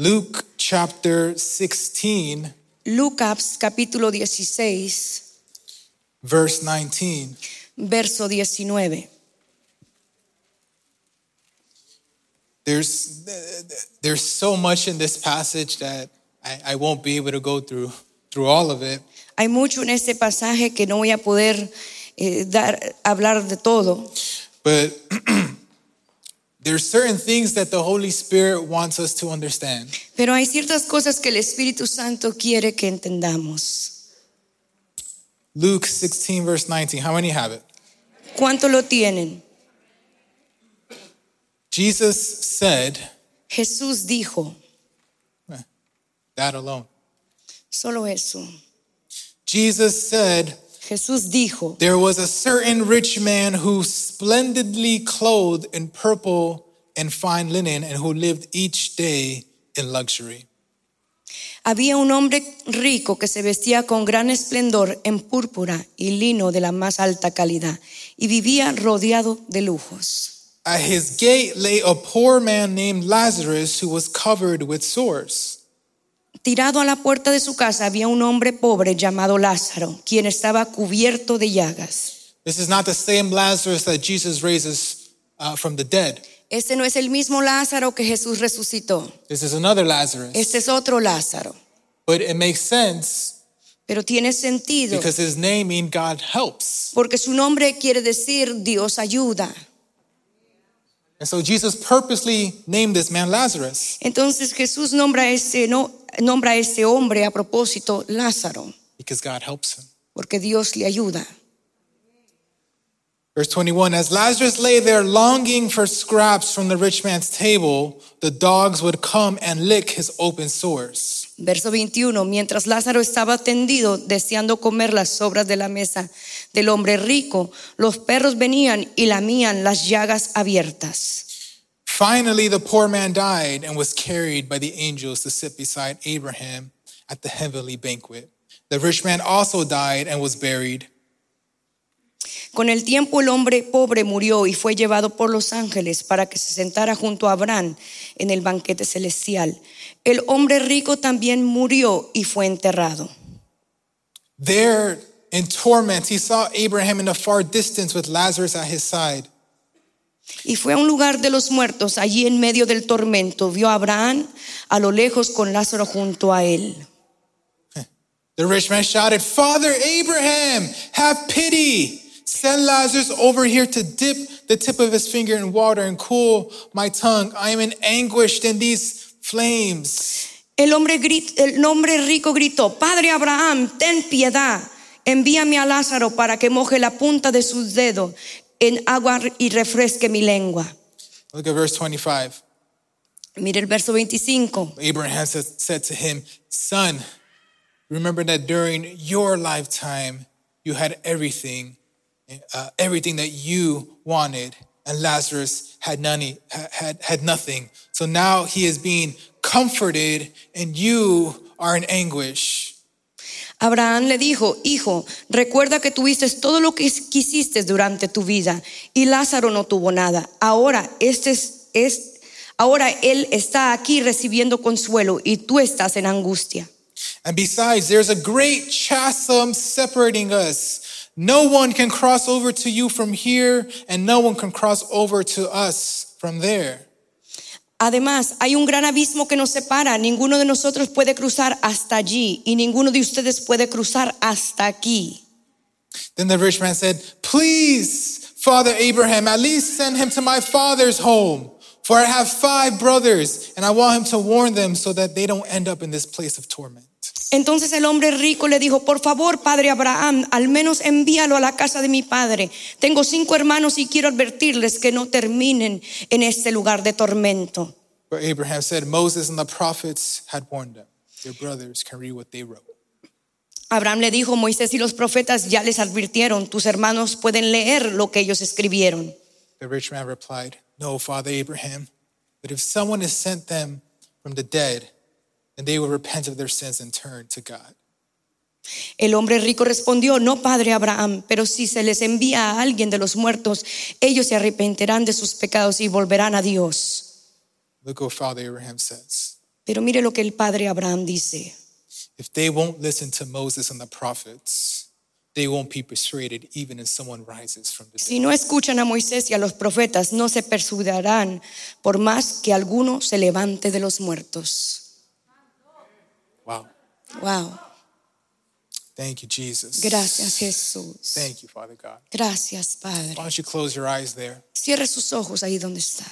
Luke chapter 16, Lucas capítulo 16, verse 19. verso 19. There's, there's so much in this passage that I, I won't be able to go through, through all of it. Hay mucho en este pasaje que no voy a poder eh, dar, hablar de todo, But there's certain things that the Holy Spirit wants us to understand. pero hay ciertas cosas que el Espíritu Santo quiere que entendamos. Luke 16, verse 19. How many have it? ¿Cuánto lo tienen? Jesus said Jesús dijo, that alone. solo eso. Jesus said, Jesús dijo, There was a certain rich man who splendidly clothed in purple and fine linen and who lived each day in luxury. había un hombre rico que se vestía con gran esplendor en púrpura y lino de la más alta calidad y vivía rodeado de lujos. At his gate lay a poor man named Lazarus who was covered with sores. Tirado a la puerta de su casa había un hombre pobre llamado Lázaro, quien estaba cubierto de llagas. This is not the same Lazarus that Jesus raises uh, from the dead. Este no es el mismo Lázaro que Jesús resucitó. This is another Lazarus. Este es otro Lázaro. But it makes sense Pero tiene sentido because his name means God helps. porque su nombre quiere decir Dios ayuda. And so Jesus purposely named this man Lazarus Entonces Jesús nombra a este, no, nombra a este hombre a propósito Lázaro, because God helps him. porque Dios le ayuda. Verse 21 As Lazarus lay there longing for scraps from the rich man's table, the dogs would come and lick his open sores. Verso 21, mientras Lázaro estaba tendido deseando comer las sobras de la mesa del hombre rico, los perros venían y lamían las llagas abiertas. Finally, the poor man died and was carried by the angels to sit beside Abraham at the heavenly banquet. The rich man also died and was buried. Con el tiempo el hombre pobre murió y fue llevado por los ángeles para que se sentara junto a Abraham en el banquete celestial. El hombre rico también murió y fue enterrado. There in torment, he saw Abraham in the far distance with Lazarus at his side. Y fue a un lugar de los muertos, allí en medio del tormento, vio a Abraham a lo lejos con Lázaro junto a él. The rich man shouted, Father Abraham, have pity. Send Lazarus over here to dip the tip of his finger in water and cool my tongue. I am in anguish in these flames. El hombre, grit- el hombre rico gritó, Padre Abraham, ten piedad, envíame a Lázaro para que moje la punta de sus dedos en agua y refresque mi lengua. Look at verse 25. Mire el verso 25. Abraham sa- said to him, Son, remember that during your lifetime you had everything, uh, everything that you wanted, and Lazarus had none, e, ha- had, had nothing. So now he is being comforted, and you are in anguish. Abraham le dijo, Hijo, recuerda que tuviste todo lo que quisiste durante tu vida y Lázaro no tuvo nada. Ahora, este es, es- ahora él está aquí recibiendo consuelo y tú estás en angustia. And besides, there's a great chasm separating us. No one can cross over to you from here, and no one can cross over to us from there. Además, hay un gran abismo que nos separa. Ninguno de nosotros puede cruzar hasta allí y ninguno de ustedes puede cruzar hasta aquí. Then the rich man said, Please, Father Abraham, at least send him to my father's home, for I have five brothers, and I want him to warn them so that they don't end up in this place of torment. Entonces el hombre rico le dijo, por favor, padre Abraham, al menos envíalo a la casa de mi padre. Tengo cinco hermanos y quiero advertirles que no terminen en este lugar de tormento. For Abraham said, Moses and the prophets had warned them. Your brothers can read what they wrote. Abraham le dijo, Moisés y los profetas ya les advirtieron, tus hermanos pueden leer lo que ellos escribieron. The rich man replied, No, Father Abraham, but if someone has sent them from the dead, then they will repent of their sins and turn to God. El hombre rico respondió, no, padre Abraham, pero si se les envía a alguien de los muertos, ellos se arrepentirán de sus pecados y volverán a Dios. Look what Father Abraham says. Pero mire lo que el padre Abraham dice. If they won't listen to Moses and the prophets, they won't be persuaded even if someone rises from the dead. Si no escuchan a Moisés y a los profetas, no se persuadirán por más que alguno se levante de los muertos. Wow. Wow. Thank you, Jesus. Gracias Jesús. Thank you, Father God. Gracias Padre. Why don't you close your eyes there? Cierre sus ojos ahí donde está.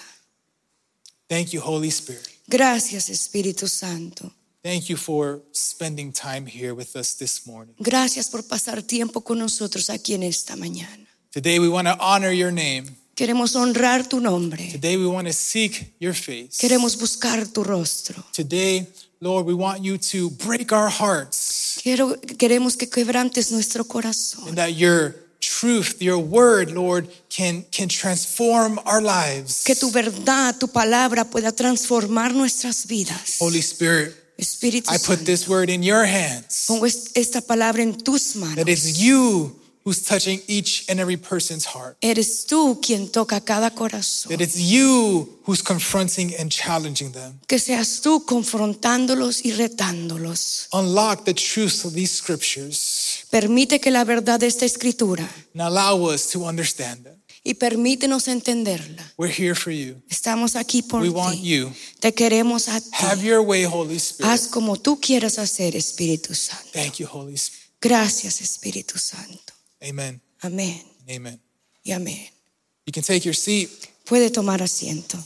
Thank you, Holy Spirit. Gracias Espíritu Santo. Thank you for spending time here with us this morning. Gracias por pasar tiempo con nosotros aquí en esta mañana. Today, we want to honor your name. Queremos honrar tu nombre. Today, we want to seek your face. Queremos buscar tu rostro. Today, Lord, we want you to break our hearts Quiero, queremos que quebrantes nuestro corazón. and that your truth, your word, Lord, can, can transform our lives. Que tu verdad, tu palabra pueda transformar nuestras vidas. Holy Spirit, Espíritu I put Santo, this word in your hands. pongo es- esta palabra en tus manos. That it's you who's touching each and every person's heart. Eres tú quien toca cada corazón. That it's you who's confronting and challenging them. Que seas tú confrontándolos y retándolos. Unlock the truth of these scriptures Permite que la verdad de esta escritura and allow us to understand them. y permítenos entenderla. We're here for you. Estamos aquí por We want ti. you. Te queremos a Have ti. your way, Holy Spirit. Haz como tú quieras hacer, Espíritu Santo. Thank you, Holy Spirit. Gracias, Espíritu Santo. Amen. Amén and Amen. y amén. You can take your seat. Puede tomar asiento.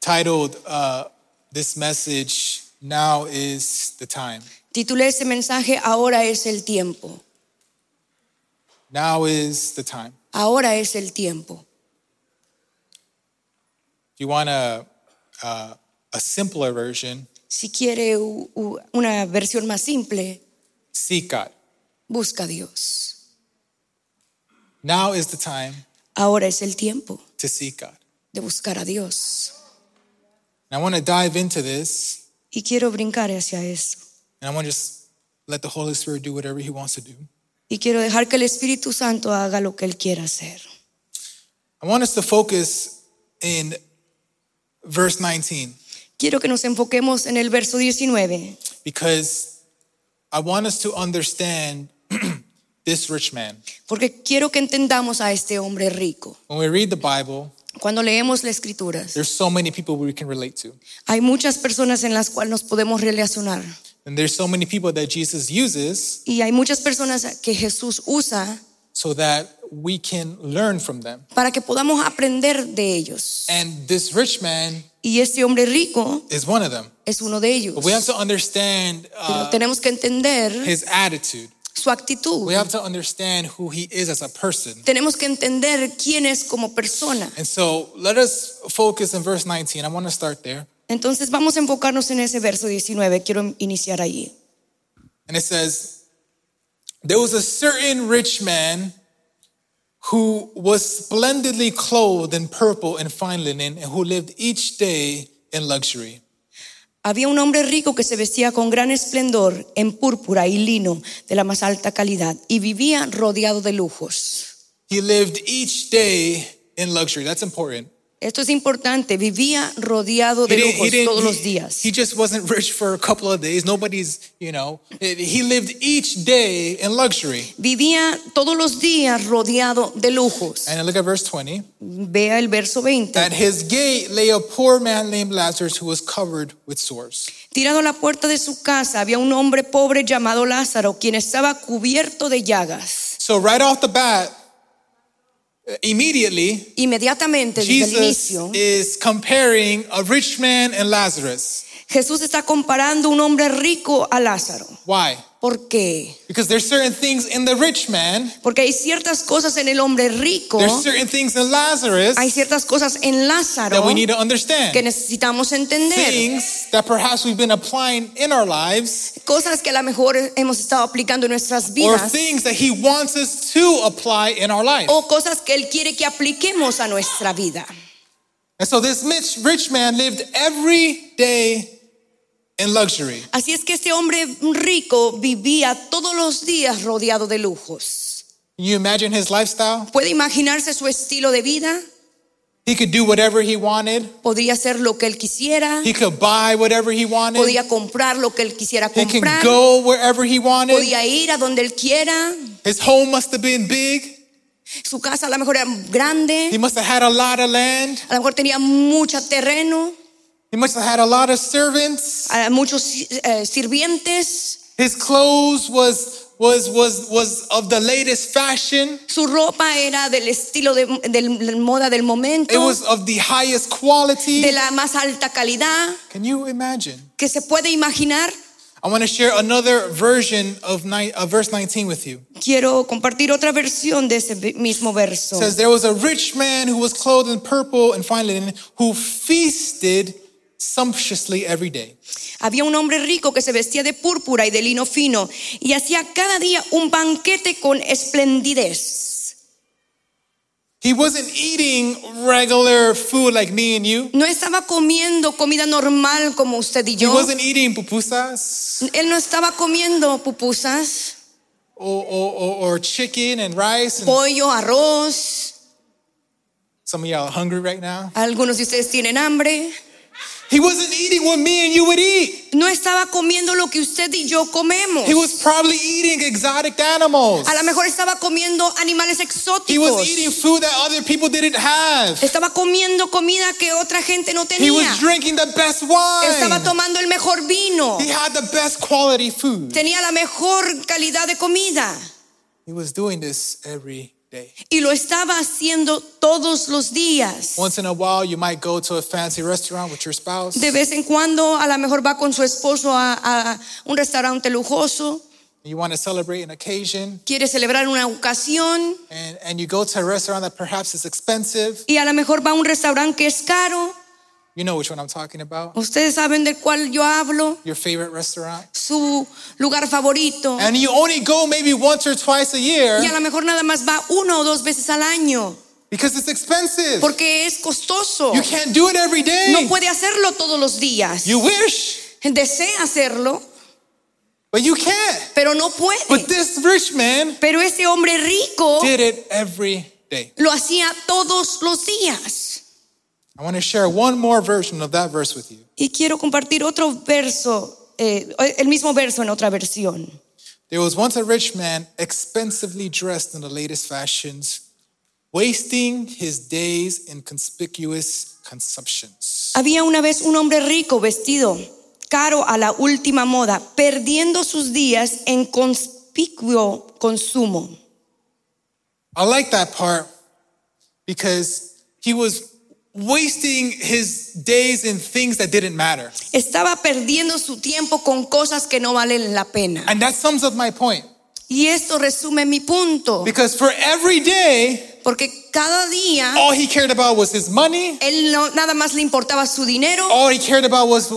Titled uh, this message, Now is the Time. Titulé ese mensaje, ahora es el tiempo. Now is the time. Ahora es el tiempo. If you want a, uh, a simpler version, Si quiere u- u- una versión más simple, seek God. busca a Dios. Now is the time Ahora es el tiempo to seek God. de buscar a Dios. And I want to dive into this, Y quiero brincar hacia eso. and I want to just let the Holy Spirit do whatever He wants to do. Y quiero dejar que el Espíritu Santo haga lo que Él quiera hacer. I want us to focus in verse 19 Quiero que nos enfoquemos en el verso 19, because I want us to understand this rich man. porque quiero que entendamos a este hombre rico. When we read the Bible, Cuando leemos las escrituras, there's so many people we can relate to, hay muchas personas en las cuales nos podemos relacionar. and there's so many people that Jesus uses Y hay muchas personas que Jesús usa so that we can learn from them. para que podamos aprender de ellos. And this rich man Y este hombre rico is one of them. es uno de ellos. But we have to understand Pero uh, tenemos que entender his attitude. su actitud. We have to understand who he is as a person. Tenemos que entender quién es como persona. And so let us focus in verse 19. I want to start there. Entonces vamos a enfocarnos en ese verso 19. Quiero iniciar allí. And it says, There was a certain rich man who was splendidly clothed in purple and fine linen, and who lived each day in luxury. Había un hombre rico que se vestía con gran esplendor en púrpura y lino de la más alta calidad y vivía rodeado de lujos. He lived each day in luxury. That's important. Esto es importante, vivía rodeado de didn't- lujos todos los he- días. he just wasn't rich for a couple of days. Nobody's, you know, he lived each day in luxury. Vivía todos los días rodeado de lujos. And look at verse 20. Vea el verso 20. At his gate lay a poor man named Lazarus who was covered with sores. Tirado a la puerta de su casa había un hombre pobre llamado Lázaro, quien estaba cubierto de llagas. So right off the bat, immediately, Inmediatamente, desde el Jesus eh. inicio, is comparing a rich man and Lazarus. Jesús está comparando un hombre rico a Lázaro. Why? ¿Por qué? Because there's certain things in the rich man, Porque hay ciertas cosas en el hombre rico, there's certain things in Lazarus hay ciertas cosas en Lázaro that we need to que understand. necesitamos entender. Things that perhaps we've been applying in our lives, Cosas que a lo mejor hemos estado aplicando en nuestras or vidas things that he wants us to apply in our life. o cosas que Él quiere que apliquemos a nuestra vida. And so this rich- rich man lived every day in luxury. Así es que este hombre rico vivía todos los días rodeado de lujos. Can you imagine his lifestyle? ¿Puede imaginarse su estilo de vida? He could do whatever he wanted. Podría hacer lo que él quisiera, He could buy whatever he wanted. podía comprar lo que él quisiera He can comprar, go wherever he wanted. podía ir a donde él quiera. His home must have been big. Su casa a lo mejor era He grande, must have had a lot of land. a lo mejor tenía mucho terreno, He must have had a lot of servants. a muchos eh, sirvientes. His clothes was was was was of the latest fashion. Su ropa era del estilo de, del- moda del It momento, was of the highest quality. de la más alta calidad Can you imagine? que se puede imaginar. I want to share another version of, ni- of verse 19 with you. Quiero compartir otra versión de ese mismo It verso. says there was a rich man who was clothed in purple and fine linen who feasted sumptuously every day. Había un hombre rico que se vestía de púrpura y de lino fino y hacía cada día un banquete con esplendidez. He wasn't eating regular food like me and you. No estaba comiendo comida normal como usted y He yo. wasn't eating pupusas Él no estaba comiendo pupusas, or, or, or, or chicken and rice. And pollo, arroz. some of y'all are hungry right now. Algunos de ustedes tienen hambre. He wasn't eating what me and you would eat. No estaba comiendo lo que usted y yo comemos. He was probably eating exotic animals. A lo mejor estaba comiendo animales He was exóticos. eating food that other people didn't have. Estaba comiendo comida que otra gente no He was tenía. drinking the best Estaba wine. tomando el mejor vino. He had the best quality food. Tenía la mejor calidad de comida. He was doing this every day. Y lo estaba haciendo todos los días. Once in a while, you might go to a fancy restaurant with your spouse. De vez en cuando a lo mejor va con su esposo a, a un restaurante lujoso, You want to celebrate an occasion, quiere celebrar una ocasión and, and you go to a restaurant that perhaps is expensive. y a lo mejor va a un restaurante que es caro. You know which one I'm talking about. Ustedes saben del cual yo hablo, Your favorite restaurant. su lugar favorito. And you only go maybe once or twice a year Y a lo mejor nada más va una o dos veces al año, because it's expensive. porque es costoso. You can't do it every No day. puede hacerlo todos los días. You wish, Desea hacerlo, but you can't. pero no puede. But this rich man Pero ese hombre rico did it every day. lo hacía todos los días. I want to share one more version of that verse with you. Y quiero compartir otro verso, eh, el mismo verso en otra versión. There was once a rich man, expensively dressed in the latest fashions, wasting his days in conspicuous consumptions. Había una vez un hombre rico vestido caro a la última moda, perdiendo sus días en conspicuo consumo. I like that part because he was wasting his days in things that didn't matter. Estaba perdiendo su tiempo con cosas que no valen la pena. And that sums up my point. Y esto resume mi punto, Because for every day, porque cada día all he cared about was his money. él no, nada más le importaba su dinero, All he cared about was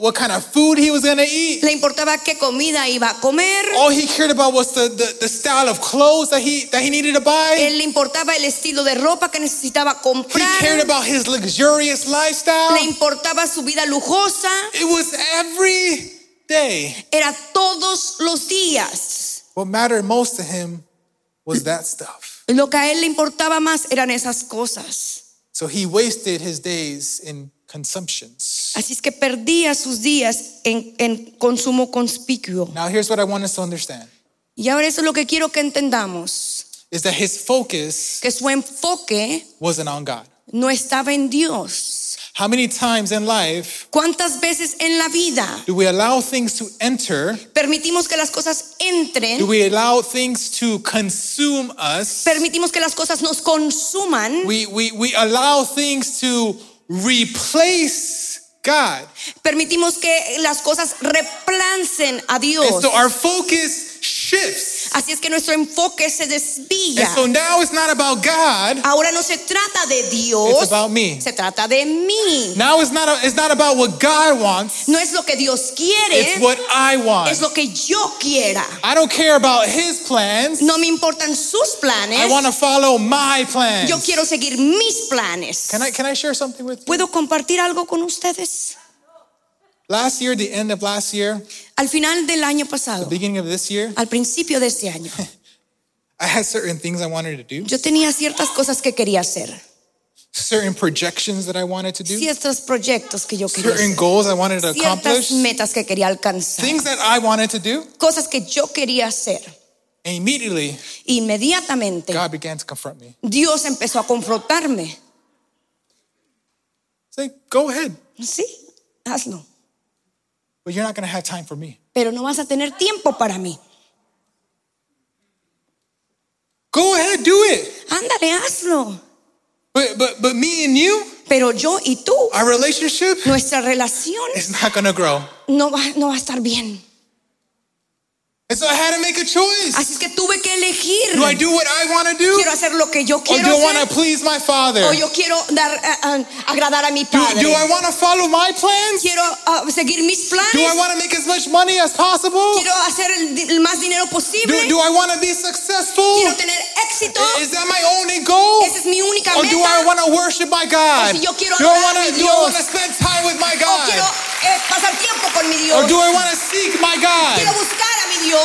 what kind of food he was going to eat. le importaba qué comida iba a comer. All he cared about was the, the, the style of clothes that he that he needed to buy. Él le importaba el estilo de ropa que necesitaba He cared comprar. about his luxurious lifestyle. Le importaba su vida lujosa. It was every day. Era todos los días. What mattered most to him was that stuff. Lo que a él le importaba más eran esas cosas. So he wasted his days in consumptions. Así es que perdía sus días en, en consumo conspicuo. Now here's what I want us to understand Y ahora eso es lo que quiero que entendamos. is that his focus Que su enfoque wasn't on God. no estaba en Dios. How many times in life ¿Cuántas veces en la vida do we allow things to enter? permitimos que las cosas Do entren? we allow things to consume us? Permitimos que las cosas nos consuman. We, we, we allow things to replace God. Permitimos que las cosas replancen a And Dios. so our focus shifts. Así es que nuestro enfoque se desvía. And so now it's not about God. Ahora no se trata de It's Dios, about me. se trata de mí. Now it's not, it's not about what God wants. No es lo que Dios quiere, It's what I es want. lo que yo quiera. I don't care about his plans. No me importan sus planes, I want to follow my yo plans. quiero seguir mis planes. Can I, can I share something with you? ¿Puedo compartir algo con ustedes? Last year, the end of last year, Al final del año pasado, beginning of this year, al principio de este año, I had certain things I wanted to do. yo tenía ciertas cosas que quería hacer. certain projections that I wanted to do, ciertos proyectos que yo quería certain hacer, goals I wanted to ciertas accomplish, metas que quería alcanzar, things that I wanted to do. cosas que yo quería hacer. And immediately, Inmediatamente God began to confront me. Dios empezó a confrontarme. It's like, go ahead, Sí, hazlo, but you're not going to have time for me. pero no vas a tener tiempo para mí. Go ahead, do it. Ándale, hazlo. But but but me and you, Pero yo y tú, our relationship nuestra relación is not going to grow. no va, no va a estar bien. And so I had to make a choice. Así es que tuve que elegir. Do I do what I want to do, Quiero hacer lo que yo or do quiero I want hacer, to please my father? o yo quiero dar, a- a- agradar a mi Do, padre. do I want to follow my plans? quiero ah, seguir mis planes. Do I want to make as much money as possible? quiero hacer el, di- el más dinero posible. Do, do I want to be successful? quiero tener éxito. Is that my only goal? Esa es mi única Or Eh, meta. Oh, do I want to worship my God? O si yo quiero do I adorar want a to mi do I Dios? want to spend time with my o God? quiero eh, pasar tiempo con mi Dios. Or Oh, do I want to seek my quiero God? buscar a mi Dios.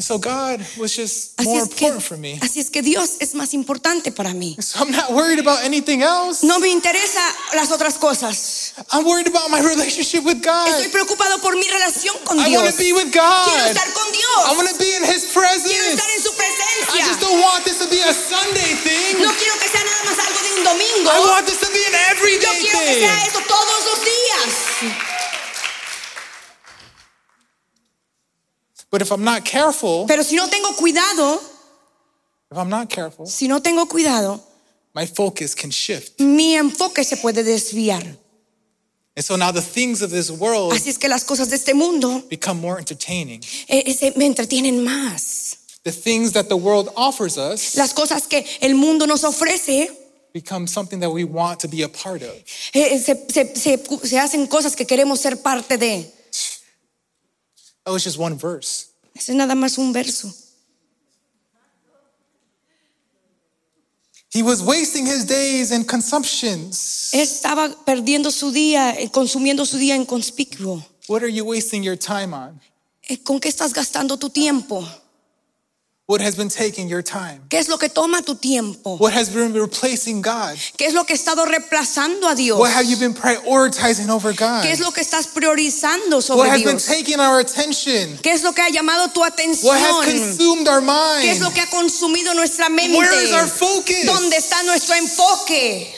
And so God was just Así more es, que, important for me. así es que Dios es más importante para mí. And So I'm not worried about anything else. No me interesa las otras cosas. I'm worried about my relationship with Estoy God. preocupado por mi relación con I Dios. want to be with Quiero God. estar con I Dios. want to be in His Quiero presence. estar en su I presencia. just don't want this to be a Sunday thing. No quiero que sea nada más algo de un I domingo. want this to be an Yo everyday quiero que thing. sea eso todos los días. But if I'm not careful, Pero si no tengo cuidado, if I'm not careful, si no tengo cuidado, my focus can shift. mi enfoque se puede desviar. And so now the things of this world Así es que las cosas de este mundo become more entertaining. eh, se- me entretienen más. The things that the world offers us Las cosas que el mundo nos ofrece become something that we want to be a part of. eh, se, se- se- se hacen cosas que queremos ser parte de. That was just one verse. Eso es nada más un verso. He was wasting his days in consumptions. Estaba perdiendo su día, eh, consumiendo su día en conspicuo. What are you wasting your time on? Eh, ¿Con qué estás gastando tu tiempo? What has been taking your time? ¿Qué es lo que toma tu tiempo? What has been replacing God? ¿Qué es lo que he estado reemplazando a Dios? What have you been prioritizing over God? ¿Qué es lo que estás priorizando What sobre has been Dios? taking our attention? ¿Qué es lo que ha llamado tu What has atención? consumed our ¿Qué es mind? lo que ha consumido nuestra mente? Where is our focus? ¿Dónde está nuestro enfoque?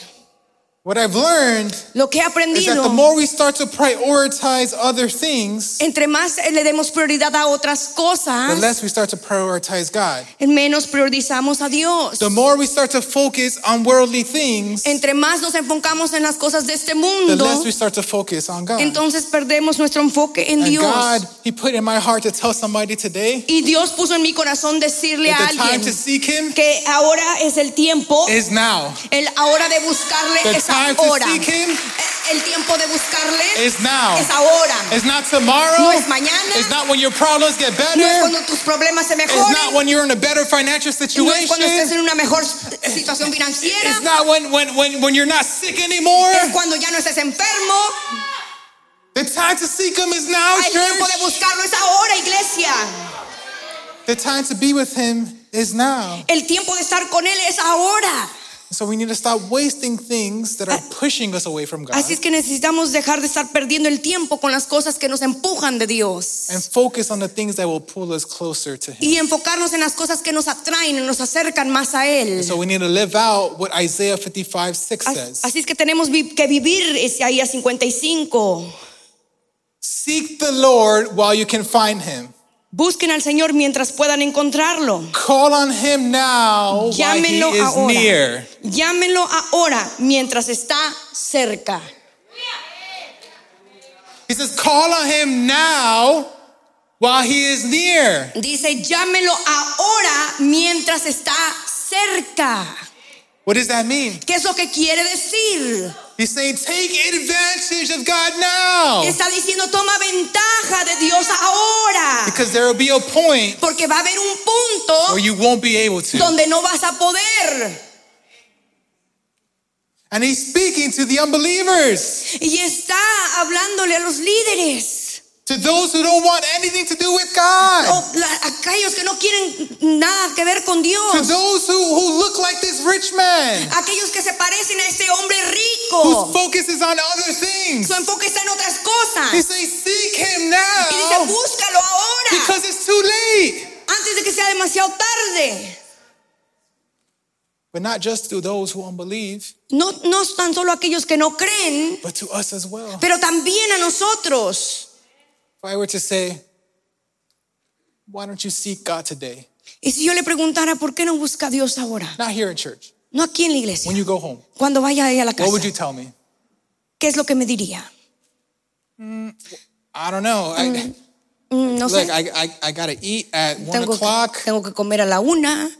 What I've learned Lo que he is that the aprendido, more we start to prioritize other things, entre más le demos prioridad a otras the cosas, less we start to prioritize God. menos priorizamos a Dios. The more we start to focus on worldly things, Entre más nos enfocamos en las cosas de the este mundo, less we start to focus on God. entonces perdemos nuestro enfoque en And God, Dios. He put in my heart to tell somebody today Y Dios puso en mi corazón decirle a that the time alguien to seek Him que ahora es el tiempo is now. El ahora de buscarle The es time ahora. to seek Him E- El tiempo de buscarle is now. es ahora. It's not tomorrow. No es mañana. It's not when your problems get No es better. cuando tus problemas se It's mejoren. not when you're in a better financial No es cuando estés situation. en una mejor situación financiera. It's not when, when, when, when you're not sick anymore. Es cuando ya no estés enfermo. The time to seek Him is now, El tiempo de church. buscarlo es ahora, iglesia. The time to be with Him is now. El tiempo de estar con Él es ahora. So we need to stop wasting things that are pushing us away from God Así es que necesitamos dejar de estar perdiendo el tiempo con las cosas que nos empujan de Dios. and focus on the things that will pull us closer to Him. Y enfocarnos en las cosas que nos atraen y nos acercan más a Él. So we need to live out what Isaiah 55 6 As- says Así es que tenemos vi- que vivir Isaías 55. Seek the Lord while you can find Him. Busquen al Señor mientras puedan encontrarlo. Call on Him now while He Llámenlo is ahora. near. Llámenlo ahora mientras está cerca. He says, Call on Him now while He is near. Dice, llámenlo ahora mientras está cerca. What does that mean? ¿Qué es lo que quiere decir? He's saying, Take advantage of God now Está diciendo, toma ventaja de Dios ahora. because there will be a point Porque va a haber un or punto you won't be able to. donde no vas a poder. And he's speaking to the unbelievers. Y está hablándole a los líderes. to those who don't want anything to do with God, O la- aquellos que no quieren nada que ver con to Dios. those who, who look like this rich man, Aquellos que se parecen a este hombre whose rico. focus is on other things. Su enfoque está en otras He cosas. says, seek him Y dice, now búscalo ahora. because it's too late. Antes de que sea demasiado tarde. But not just to those who unbelieve, No, no tan solo aquellos que no creen, but to us as well. pero también a nosotros. If I were to say, why don't you seek God today? Y si yo le preguntara, ¿por qué no busca a Dios ahora? Not here in church, No aquí en la when iglesia. you go home. Cuando vaya ella a la casa. What would you tell me? ¿Qué es lo que me diría? I don't know. I, Mm, No look, sé. I, I, I got to eat at one Tengo o'clock. que, tengo que comer a la una.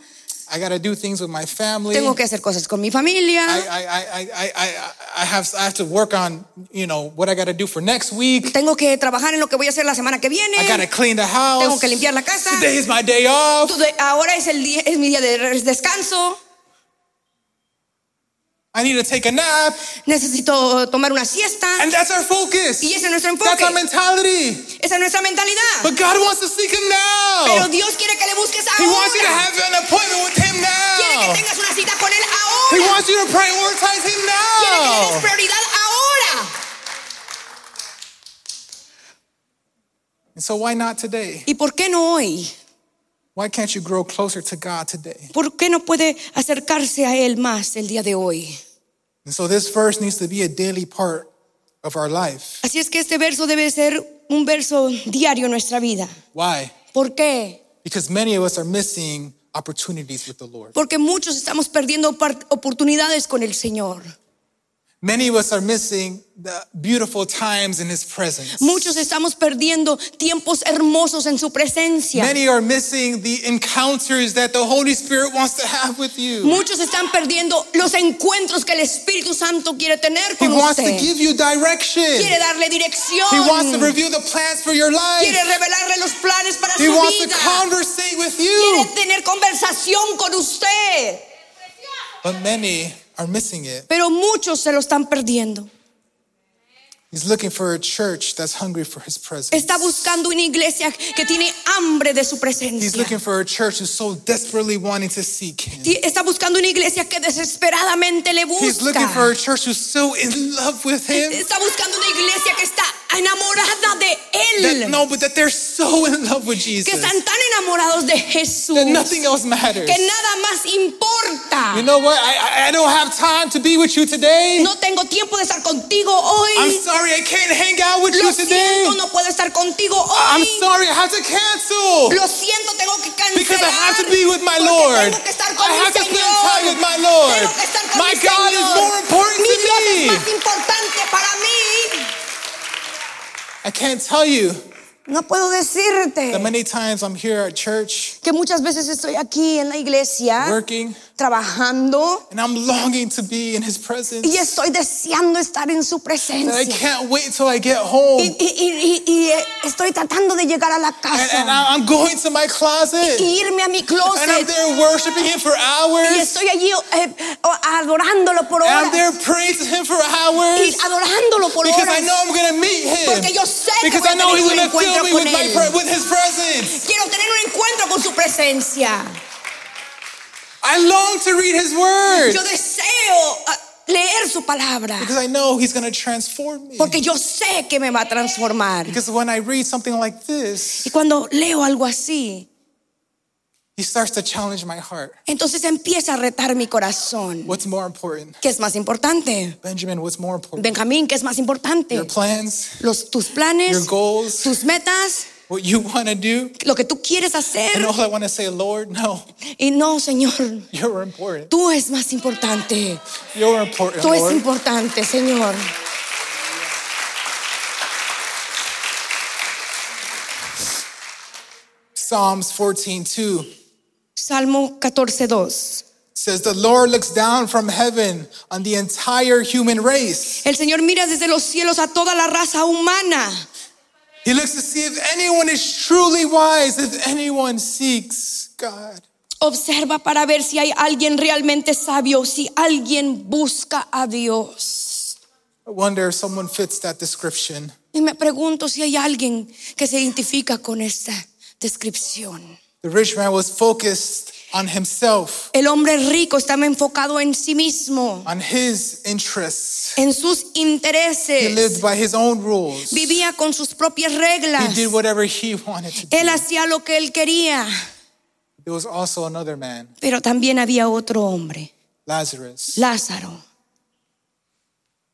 I got to do things with my family. Tengo que hacer cosas con mi familia. I, I, I, I, I, I, have, I have to work on, you know, what I got to do for next week. Tengo que trabajar en lo que voy a hacer la semana que viene. I got to clean the house. Tengo que limpiar la casa. Today is my day off. Today- Ahora es, el día, es mi día de re- descanso. I need to take a nap. Necesito tomar una siesta. And that's our focus. Y ese es nuestro That's enfoque. our mentality. Esa es nuestra mentalidad. But God wants to seek him Pero now. Dios quiere que le busques He wants you to ahora. have an appointment with him Quiere que now. tengas una cita con Él He ahora. wants you to prioritize him Quiere que le des now. prioridad ahora. And so why not today? ¿Y por qué no hoy? Why can't you grow closer to God today? ¿Por qué no puede acercarse a Él más el día de hoy? And so this verse needs to be a daily part of our life. Así es que este verso debe ser un verso diario en nuestra vida. Why? ¿Por qué? Because many of us are missing opportunities with the Lord. Porque muchos estamos perdiendo opor- oportunidades con el Señor. Many of us are missing the beautiful times in his presence. Muchos estamos perdiendo tiempos hermosos en su presencia. Many are missing the encounters that the Holy Spirit wants to have with you. Muchos están perdiendo los encuentros que el Espíritu Santo quiere tener He con wants to usted. give you Quiere direction. darle He wants to dirección. reveal the plans for your life. Quiere revelarle los planes para su He wants to vida. conversate with you. Quiere tener conversación con usted. But many are missing it. Pero muchos se lo están perdiendo. He's looking for a church that's hungry for his presence. Está buscando una iglesia que tiene hambre de su He's presencia. looking for a church who's so desperately wanting to seek him. Ti- Está buscando una iglesia que desesperadamente le He's looking for a busca. church who's so in love with him. Está buscando una iglesia que está enamorada de That, Él. no, but that they're so in love with Que Jesus están tan enamorados de Jesús. that nothing else matters. Que nada más importa. You know what? I, I- I don't have time to be with you today. No tengo tiempo de estar contigo I'm hoy. sorry I can't hang out with Lo you today. siento, no puedo estar contigo I'm hoy. sorry I have to cancel Lo siento, tengo que because I have to cancelar. be with my Porque Lord. tengo que estar con I mi have to spend Señor. time with my Lord. Tengo que estar con My mi God is Señor. more important Mi to Dios me. es más importante para mí. I can't tell you No puedo decirte that many times I'm here at church que muchas veces estoy aquí en la iglesia working trabajando and I'm longing to be in his presence. y estoy deseando estar en su And I presencia. can't wait till I get Y, home. y- y- y- y, eh, estoy tratando de llegar a la And, and casa I- I'm going to my y closet. irme a mi And I'm closet there worshiping him for y hours. estoy allí eh, adorándolo por And I'm horas there praying to him for y hours. adorándolo por Because I horas know I'm going to meet porque him. yo sé que Because voy I a know tener he's un going to fill encuentro me con with, my él. pre- with his presence. Quiero tener un encuentro con su presencia. I long to read his Yo word. deseo ah, leer su palabra Because I know he's going to transform me. porque yo sé que me va a transformar. Because when I read something like this, Y cuando leo algo así, he starts to challenge my heart. entonces empieza a retar mi corazón. What's more important? ¿Qué es más importante? Benjamin, what's more important? Benjamín, ¿qué es más importante? Your plans, Los, tus your planes, goals, tus metas, what you want to do. lo que tú quieres And hacer. all I want to say, Lord, no, Y no, Señor, you're important. tú es más importante. You're important, Tú es Lord. importante, Señor. Psalms 14:2 Salmo 14.2. says, "The Lord looks down from heaven on the entire human race. El Señor mira desde los cielos a toda la raza humana. He looks to see if anyone is truly wise, if anyone seeks God." Observa para ver si hay alguien realmente sabio, si alguien busca a Dios. I wonder if someone fits that description. Y me pregunto si hay alguien que se identifica con esta descripción. The rich man was focused on himself, El hombre rico estaba enfocado en sí mismo, on his interests. en sus He intereses. lived by his own rules. He Vivía con sus propias reglas. did whatever he wanted to do. Él hacía lo que él quería. There was also another man, Pero también había otro hombre, Lazarus, Lázaro,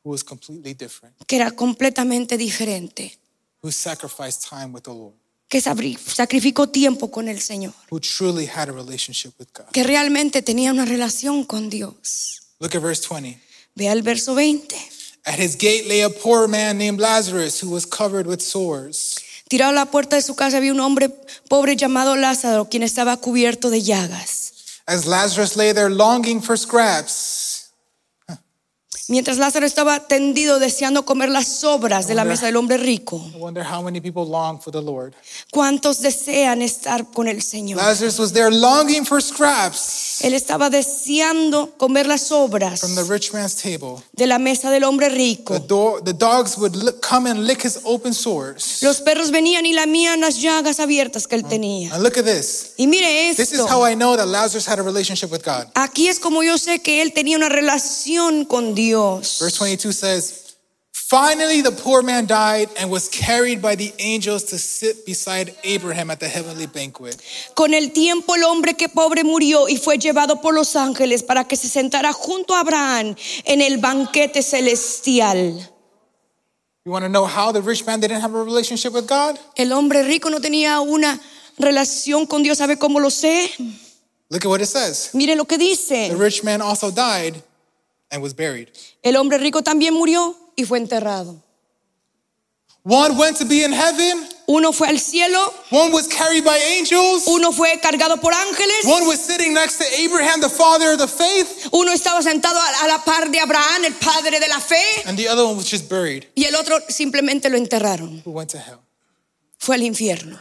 who was completely different, que era completamente diferente, who sacrificed time with the Lord, que sabri- sacrificó tiempo con el Señor, who truly had a relationship with God. que realmente tenía una relación con Dios. Look at verse 20. Vea el verso 20. At his gate lay a poor man named Lazarus who was covered with sores. Tirado a la puerta de su casa había un hombre pobre llamado Lázaro, quien estaba cubierto de llagas. As Lazarus lay there longing for scraps, Mientras Lázaro estaba tendido deseando comer las sobras de la mesa del hombre rico, I wonder how many people long for the Lord. ¿cuántos desean estar con el Señor? Lazarus was there longing for scraps Él estaba deseando comer las sobras from the rich man's table. de la mesa del hombre The, rico. door, the dogs would lick, come and lick his open sores. Los perros venían y lamían las llagas abiertas que él tenía. And look at this. Y mire Ah, This is how esto. I know that Lazarus had a relationship with God. Aquí es como yo sé que él tenía una relación con Dios. Verse 22 says, Finally, the poor man died and was carried by the angels to sit beside Abraham at the heavenly banquet. Con el tiempo el hombre que pobre murió y fue llevado por los ángeles para que se sentara junto a Abraham en el banquete celestial. You want to know how the rich man didn't have a relationship with God? El hombre rico no tenía una relación con Dios. ¿Sabe cómo lo sé? Look at what it says. Mire lo que The dice. rich man also died and was buried. El hombre rico también murió y fue enterrado. One went to be in heaven, Uno fue al cielo, one was carried by angels, uno fue cargado por ángeles. one was sitting next to Abraham, the father of the faith, Uno estaba sentado a a la par de Abraham, el padre de la fe, and the other one was just buried, y el otro simplemente lo enterraron. who went to hell. Fue al infierno.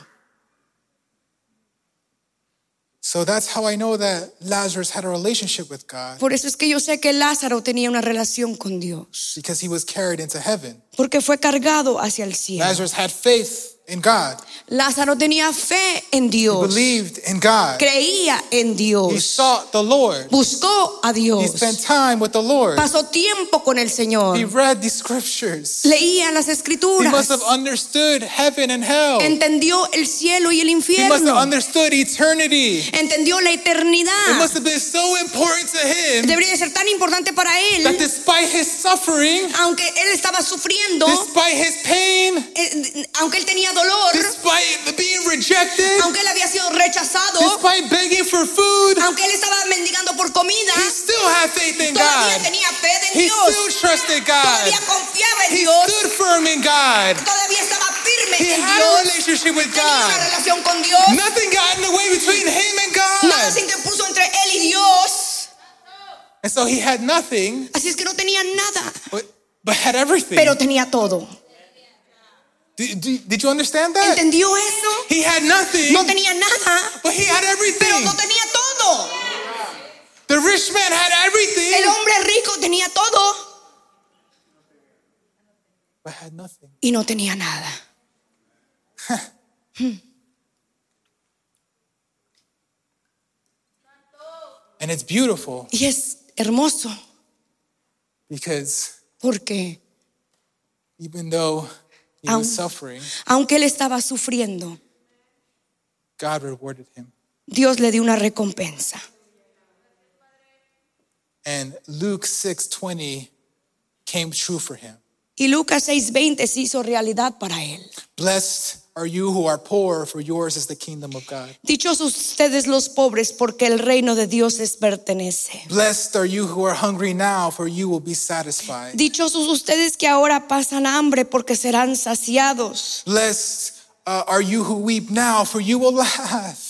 So that's how I know that Lazarus had a relationship with God Por eso es que yo sé que Lázaro tenía una relación con Dios, because he was carried into heaven. porque fue cargado hacia el cielo. Lazarus had faith in God, Lázaro tenía fe en Dios, believed in God. creía en He Dios, sought the Lord. buscó a Dios, He spent time with the Lord. pasó tiempo con el He Señor, read the scriptures. leía las He must escrituras, have understood heaven and hell. He entendió el cielo y el must have infierno, understood eternity. entendió la It must eternidad. have been so important to him Debería de ser tan importante para él that despite his suffering, aunque él estaba sufriendo, despite his pain, eh, aunque él tenía dolor, despite the being rejected, aunque él había sido rechazado, despite begging for food, aunque él estaba mendigando por comida, he still had faith in todavía God. tenía fe en He Dios, still trusted God. todavía confiaba en He Dios, stood firm in God. todavía estaba firme He en had a Dios, relationship with tenía una God. relación con Dios, Nothing got in the way between him and nada se God. interpuso entre él y Dios, And so he had nothing, así es que no tenía nada, but, but had everything. pero tenía todo. Did, did, did you understand that? ¿Entendió eso? He had nothing, No tenía nada, but he had pero everything. no tenía todo. The rich man had El everything, hombre rico tenía todo but had nothing. y no tenía nada. And it's beautiful Y es hermoso because porque even though he Um. was suffering, aunque él estaba sufriendo, God rewarded him. Dios le dio una recompensa. And Luke 6:20 came true for him. Y Lucas 6:20 se hizo realidad para él. Blessed are you who are poor, for yours is the kingdom of God. Dichosos ustedes los pobres porque el reino de Dios les pertenece. Blessed are you who are hungry now, for you will be satisfied. Dichosos ustedes que ahora pasan hambre porque serán saciados. Blessed uh, are you who weep now, for you will laugh.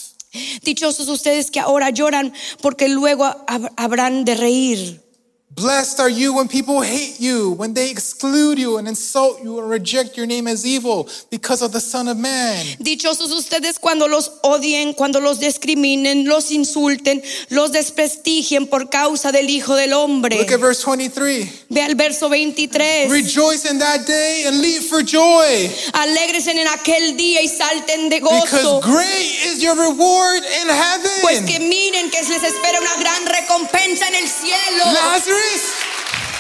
Dichosos ustedes que ahora lloran porque luego hab- habrán de reír. Blessed are you when people hate you, when they exclude you and insult you and reject your name as evil because of the Son of Man. Dichosos ustedes cuando los odien, cuando los discriminen, los insulten, los desprestigien por causa del Hijo del Hombre. Look at verse 23. Ve al verso 23. Rejoice in that day and leap for joy Alégresen en aquel día y salten de gozo. because great is your reward in Pues que heaven. miren que les espera una gran recompensa en el cielo. Lazarus,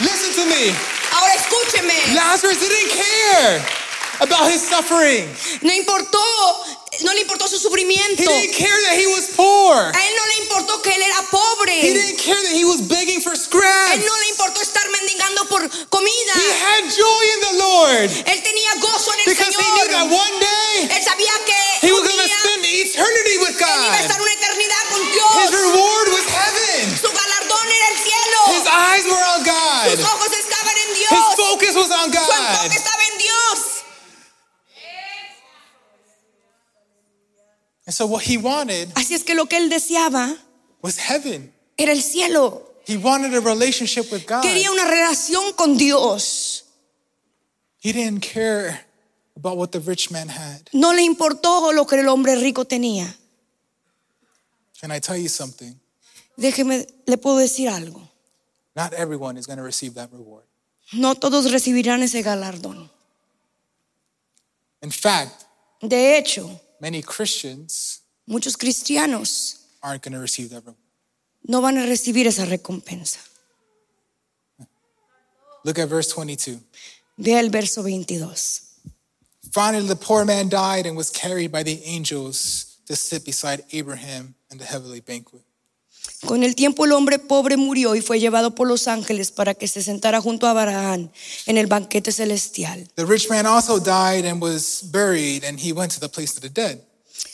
listen to me. Ahora escúcheme. Lazarus didn't care about his suffering. No importó, no le importó su He sufrimiento. didn't care that he was poor. A él no le importó que él era He pobre. didn't care that he was begging for A él scraps. no le importó estar mendigando por comida. He had joy in the Lord Él tenía gozo en el because he knew that Señor. one day Él sabía he que was un going to día spend eternity with iba a God. estar una eternidad con His Dios. reward was heaven. Su galardón era el His cielo. eyes were on Sus God. ojos estaban en His Dios. focus was on Su God. enfoque estaba en Dios. And so what he wanted Así es que lo que él deseaba was heaven. era el cielo. He wanted a relationship with God. Quería una relación con Dios. He didn't care about what the rich man had. No le importó lo que el hombre rico tenía. Can I tell you something? Déjeme, le puedo decir algo. Not everyone is going to receive that reward. No todos recibirán ese galardón. In fact, De hecho, many Christians muchos cristianos aren't going to receive that reward. no van a recibir esa recompensa. Look at verse 22. Vea el verso 22. Finally, the poor man died and was carried by the angels to sit beside Abraham in the heavenly banquet. Con el tiempo el hombre pobre murió y fue llevado por los ángeles para que se sentara junto a Abraham en el banquete celestial. The rich man also died and was buried, and he went to the place of the dead.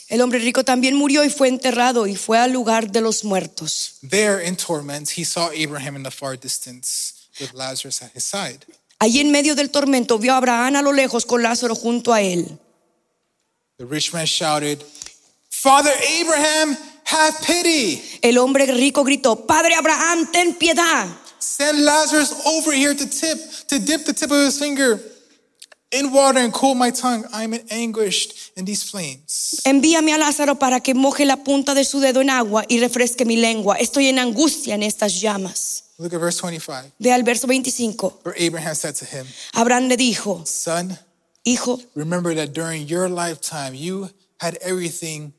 El hombre rico también murió y fue enterrado y fue al lugar de los muertos. There, in torment, he saw Abraham in the far distance with Lazarus at his side. Allí en medio del tormento vio a Abraham a lo lejos con Lázaro junto a él. The rich man shouted, Father Abraham, have pity. El hombre rico gritó, Padre Abraham, ten piedad. Send Lazarus over here to tip, to dip the tip of his finger in water and cool my tongue. I am in anguish in these flames. Envíame a Lázaro para que moje la punta de su dedo en agua y refresque mi lengua. Estoy en angustia en estas llamas. Look at verse 25. Ve al verso 25. Where Abraham said to him, Abraham le dijo, Son, Hijo, remember that during your lifetime you had everything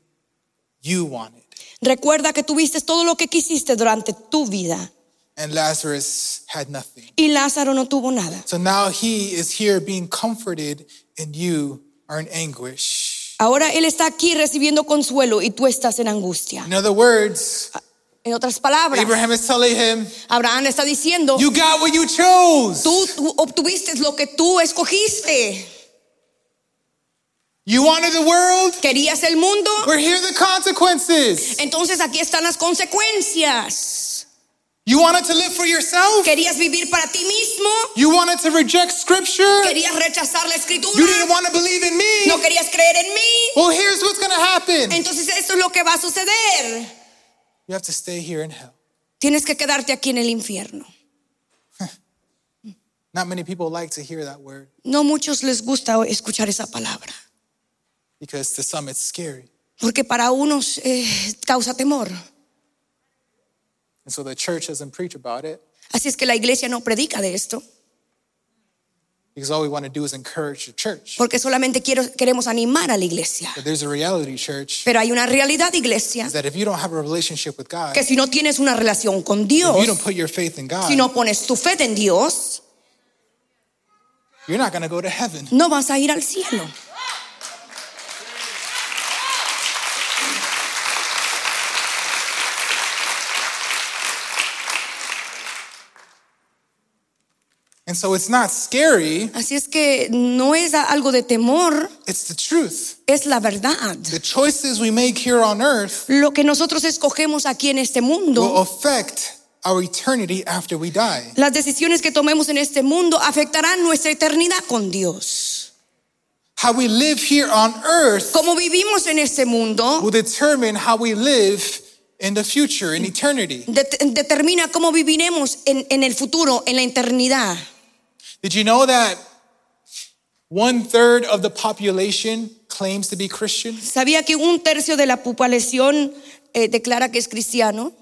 you wanted, Recuerda que tuviste todo lo que quisiste durante tu vida and Lazarus had nothing. y Lázaro no tuvo nada. So now he is here being comforted, and you are in anguish. Ahora él está aquí recibiendo consuelo y tú estás en angustia. In other words, En otras palabras, Abraham is telling him, Abraham le está diciendo, You got what you chose. tú tú obtuviste lo que tú escogiste. You wanted the world? Querías el mundo, We're here the consequences. entonces aquí están las consecuencias. You wanted to live for yourself? Querías vivir para ti mismo, You wanted to reject scripture? querías rechazar la You didn't escritura, want to believe in me? no querías creer en mí. Well, here's what's going to happen. Entonces esto es lo que va a suceder. You have to stay here in hell. Tienes que quedarte aquí en el infierno. Not many people like to hear that word No muchos les gusta escuchar esa palabra, because to some it's scary. porque para unos eh, causa temor. And so the church doesn't preach about it Así es que la iglesia no predica de esto, because all we want to do is encourage the church. porque solamente quiero- queremos animar a la iglesia. But there's a reality, church, Pero hay una realidad, iglesia, is that if you don't have a relationship with God, que if si no tienes una relación con you Dios, don't put your faith in si God, no pones tu fe en Dios, you're not going to go to heaven. no vas a ir al cielo. And so it's not scary, Así es que no es a- algo de temor, it's the truth. es la verdad. The choices we make here on earth Lo que nosotros escogemos aquí en este will mundo, affect our eternity after we die. las decisiones que tomemos en este mundo afectarán nuestra eternidad con Dios. How we live here on earth Como vivimos en este mundo will determine how we live in the future, in eternity. Det- determina cómo viviremos en, en el futuro, en la eternidad. Did you know that one third of the population claims to be Christian? ¿Sabía que un tercio de la población eh, declara que es cristiano?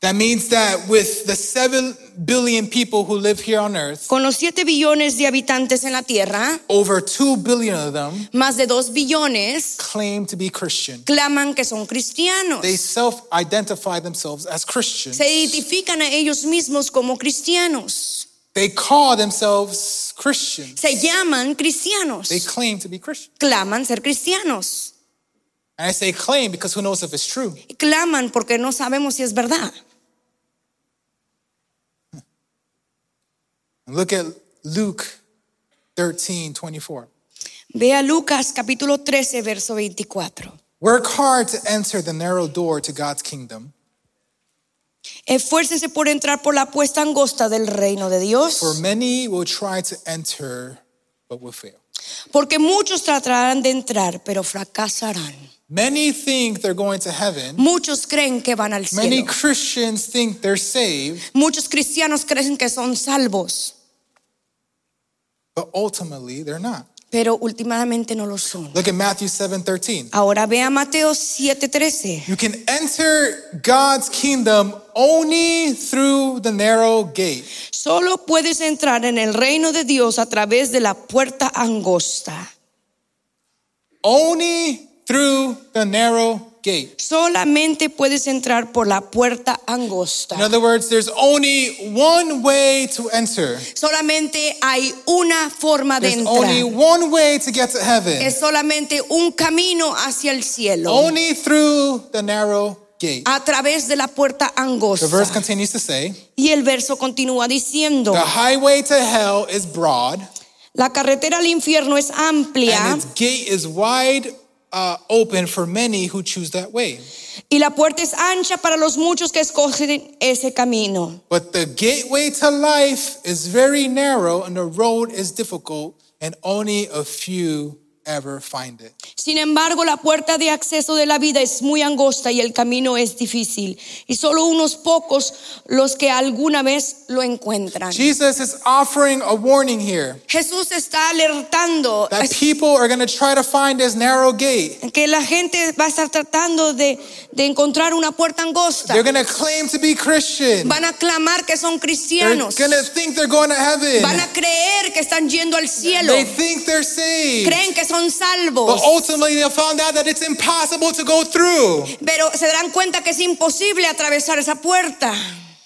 That means that with the 7 billion people who live here on earth, Con los 7 billones de habitantes en la Tierra, over 2 billion of them más de 2 billones claim to be Christian. claman que son cristianos. They self identify themselves as Christians. Se identifican a ellos mismos como cristianos. They call themselves Christians. Se llaman cristianos. They claim to be Christian. Claman ser cristianos. And I say claim because who knows if it's true? Y claman porque no sabemos si es verdad. And look at Luke 13 24. Ve a Lucas capítulo 13, verso 24. Work hard to enter the narrow door to God's kingdom, Esfuércense por entrar por la puesta angosta del reino de Dios. for many will try to enter but will fail. Porque muchos tratarán de entrar, pero fracasarán. Many think they're going to heaven. Muchos creen que van al Many cielo. Christians think they're saved, Muchos cristianos creen que son salvos, but ultimately they're not. pero últimamente no lo son. Look at Matthew 7 13. Ahora ve a Mateo 7:13. You can enter God's kingdom only through the narrow gate. Solo puedes entrar en el reino de Dios a través de la puerta angosta. Only through the narrow gate. Solamente puedes entrar por la puerta In angosta. other words, there's only one way to enter. Solamente hay una forma de There's only entrar. one way to get to heaven. Es solamente un camino hacia el cielo. Only through the narrow gate. A través de la puerta The verse angosta. continues to say, Y el verso continúa diciendo, the highway to hell is broad la carretera al infierno es amplia and its gate is wide uh, open for many who choose that way. y la puerta es ancha para los muchos que escogen ese camino. But the gateway to life is very narrow and the road is difficult and only a few ever find it. Sin embargo, la puerta de acceso de la vida es muy angosta y el camino es difícil y solo unos pocos los que alguna vez lo encuentran. Jesus is offering a warning here Jesús está alertando that people are going to try to find this narrow gate. que la gente va a estar tratando de, de encontrar una puerta angosta. They're going to claim to be Christian. Van a clamar que son They're cristianos. going to think they're going to Van heaven. a creer que están yendo al cielo. They think they're saved. creen que son salvos, But ultimately, they found out that it's impossible to go through. pero se darán cuenta que es imposible atravesar esa puerta.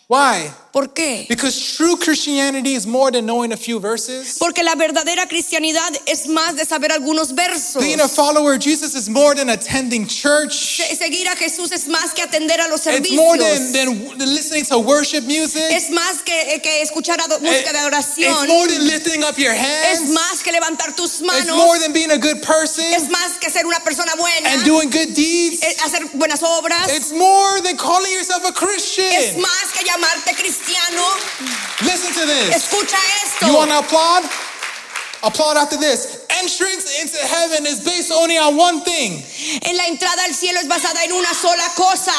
Why? ¿Por qué? Because true Christianity is more than knowing a few verses. Porque la verdadera cristianidad es más de saber algunos versos. Being a follower of Jesus is more than attending church. Se- Seguir a Jesús es más que atender a los It's more servicios. than, than listening to worship music. Es más que, eh, que escuchar ado- música de Eh, It's adoración. more than lifting up your Es hands. más que levantar It's tus more manos. than being a good person Es más que ser una persona buena. and doing good deeds. Eh, Hacer buenas obras. It's more than calling yourself a Es Christian. más que llamarte cristiano. Listen to this. Escucha You esto. want to applaud? Applaud after this. Entrance into heaven is based only on one thing. En la entrada al cielo es basada en una sola cosa.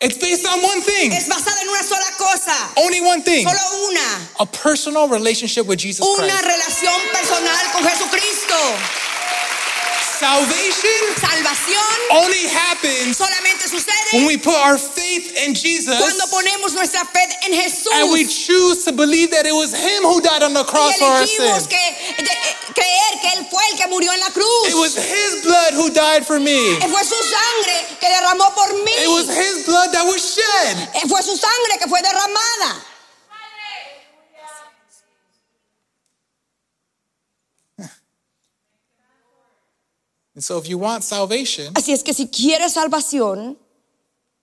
It's based on one thing. es basada en una sola cosa, Only one thing. solo una, A personal relationship with Jesus una Christ. relación personal con Jesucristo. Salvation Salvación only happens solamente when sucede we put our faith in Jesus cuando ponemos nuestra fe en and we Jesús choose to believe that it was Him who died on the y cross for our sins. elegimos que de- eh, creer que él fue el que murió en la cruz. It was His blood who died for me. Eh, Fue su sangre que derramó por It was mí. His blood that was shed. Eh, Fue su sangre que fue derramada. And so, if you want salvation, Así es que si quieres salvación,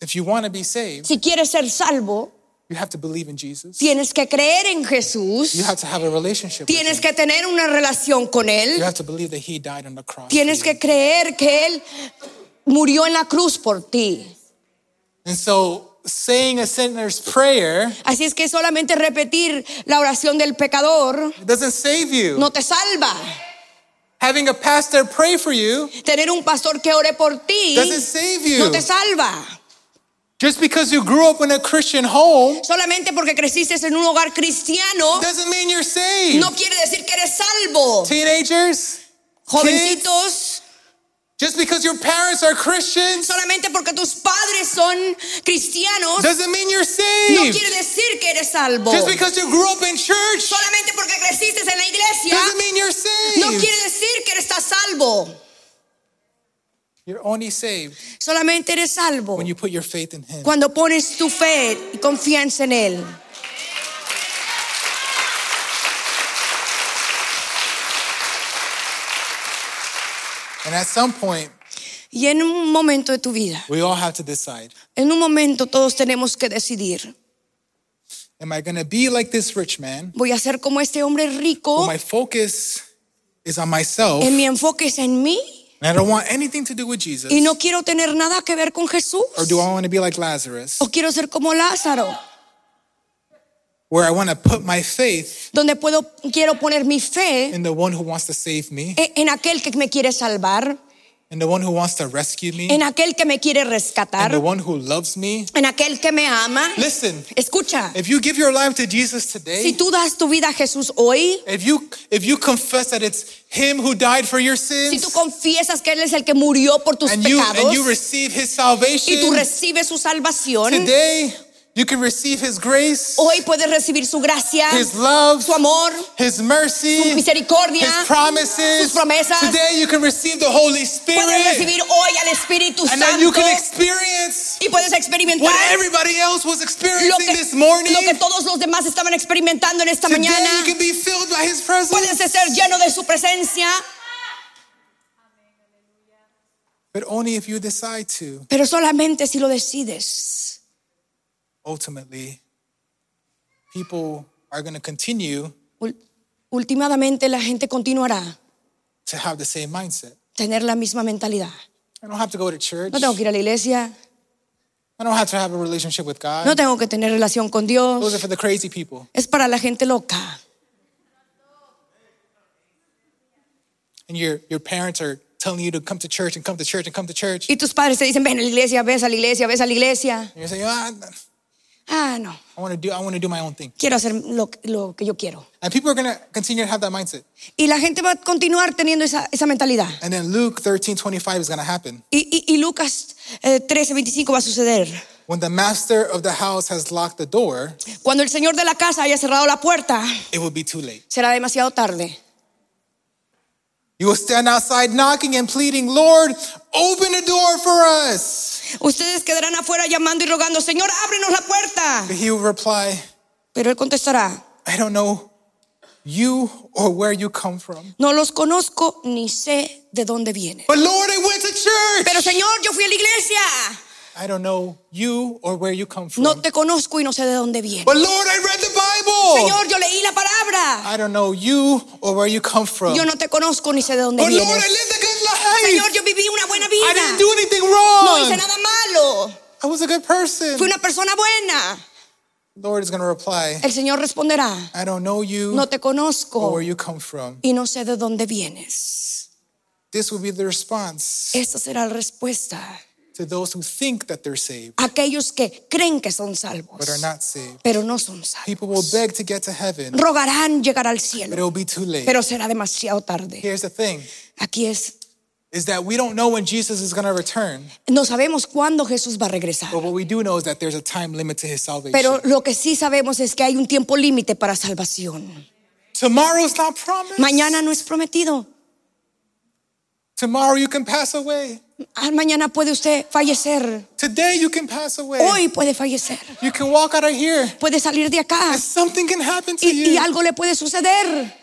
if you want to be saved, si quieres ser salvo, you have to believe in Jesus. tienes que creer en Jesús, You have to have a relationship with tienes Him. que tener una relación con él. You have to believe that He died on the cross. for Tienes you. que creer que Él murió en la cruz por ti. And so, saying a sinner's prayer Así es que solamente repetir la oración del pecador doesn't save you. no te salva. Having a pastor pray for you Tener un pastor que ore por ti doesn't save you. no te salva. Just because you grew up in a Christian home Solamente porque creciste en un hogar cristiano doesn't mean you're saved. no quiere decir que eres salvo. Teenagers, Jovencitos, just because your parents are Christians solamente porque tus padres son cristianos doesn't mean you're no saved. quiere decir que eres salvo. Just because you grew up in church Solamente porque creciste en la iglesia doesn't mean you're no saved. quiere decir que estás salvo. You're only saved Solamente eres salvo when you put your faith in Him. cuando pones tu fe y confianza en Él. And at some point, Y en un momento de tu vida, we all have to decide en un momento todos tenemos que decidir, Am I going to be like this rich man? voy a ser como este hombre Well, rico, Oh, my focus is on myself, en and mi enfoque es en mí I don't want anything to do with Jesus. y no quiero tener nada que ver con Jesús. Or do I want to be like Lazarus, O quiero ser como Lázaro, where I want to put my faith donde puedo, quiero poner mi fe in the one who wants to save me, E-, en en aquel que me quiere salvar, in the one who wants to rescue me, en aquel que me quiere and the rescatar, one who loves me? en aquel que me ama. Listen, Escucha, if you give your life to Jesus today, si tú das tu vida a Jesús hoy, If you if you confess that it's him who died for your si tú sins confiesas que Él es el que murió por tus and you and you pecados receive his y tú salvation recibes su salvación, today, you can receive his grace, Hoy puedes recibir su gracia, his love, Oh, su amor, his mercy, su misericordia. his promises. sus promesas. Today you can receive the Holy Puedes Spirit recibir hoy al Espíritu and then you Santo can experience y puedes experimentar what everybody else was lo experiencing que, this morning. lo que todos los demás estaban experimentando en esta Today mañana. you can be filled by his presence. Puedes ser lleno de su presencia, But only if you decide to. pero solamente si lo decides. Ultimately, people are going to continue Ul- Últimamente la gente continuará to have the same mindset. tener la misma mentalidad. I don't have to go to church. No tengo que ir a la iglesia, I don't have to have a relationship with God. no tengo que tener relación con Those are Dios. for the crazy people. Es para la gente loca. And your, your parents are telling you to come to church and come to church and come to church. Y tus padres te dicen, ven a la iglesia, ves a la iglesia, ves a la iglesia. And you're saying, ah, Ah, no. I want to do I want to do my own thing. quiero hacer lo, lo que yo quiero. And people are gonna continue to have that mindset. Y la gente va a continuar teniendo esa, esa mentalidad. And then Luke 13, 25 is gonna happen. Y, y- y Lucas eh, 13, 25 va a suceder. When the master of the house has locked the door, Cuando el señor de la casa haya cerrado la puerta, it will be too late. será demasiado tarde. You will stand outside knocking and pleading, Lord, open the door for us. Ustedes quedarán afuera llamando y rogando, Señor, ábrenos la puerta. But he will reply, Pero él contestará, I don't know you or where you come from. no los conozco ni sé de dónde vienen. But Lord, I went to church. Pero Señor, yo fui a la iglesia. I don't know you or where you come from. No te conozco y no sé de dónde vienen. but Lord, I read the Bible. Señor, yo leí la palabra. I don't know you or where you come from. Yo no te conozco ni sé de dónde but Lord, I vienes. lived a good life. Señor, yo viví una buena I didn't vida. do anything No wrong. hice nada malo. I was a good person. Fui una persona buena. Lord is going to reply, El Señor responderá, I don't know you no te or conozco where you come from. y no sé de dónde vienes. This will be the response Esta será la respuesta. to those who think that they're saved Aquellos que creen que son salvos, but are not saved. pero no son salvos, People will beg to get to heaven, rogarán llegar al but cielo, it'll be too late. pero será demasiado tarde. Here's the thing Aquí es, is that we don't know when Jesus is going to return, no sabemos cuándo Jesús va a regresar, but what we do know is that there's a time limit to his salvation. pero lo que sí sabemos es que hay un tiempo límite para salvación. Tomorrow's not promised. Mañana no es prometido. Tomorrow you can pass away. Ah, Mañana puede usted fallecer. Today you can pass away. Hoy puede fallecer. You can walk out of here. Puede salir de acá. Something can happen to y, y you. algo le puede suceder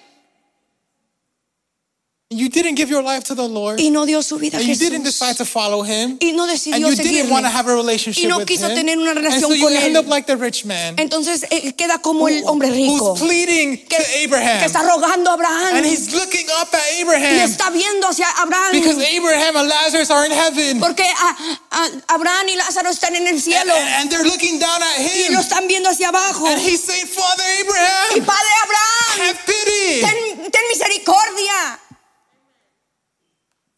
you didn't give your life to the Lord. y no dio su vida a And you Jesús didn't decide to follow him. y no And decidió you didn't want to seguirle have a relationship y no with quiso him. tener una and so relación you con end él. up like the rich man entonces eh, queda como el hombre rico Oh, who's pleading to que Abraham. está rogando a and Abraham he's looking up at y Abraham está viendo hacia because Abraham Abraham and Lazarus are in heaven. porque a- a- Abraham y Lázaro están en el and, cielo and they're looking down at y him. lo están viendo hacia abajo and he's saying, Father y Abraham, Padre Abraham have pity. ten, ten misericordia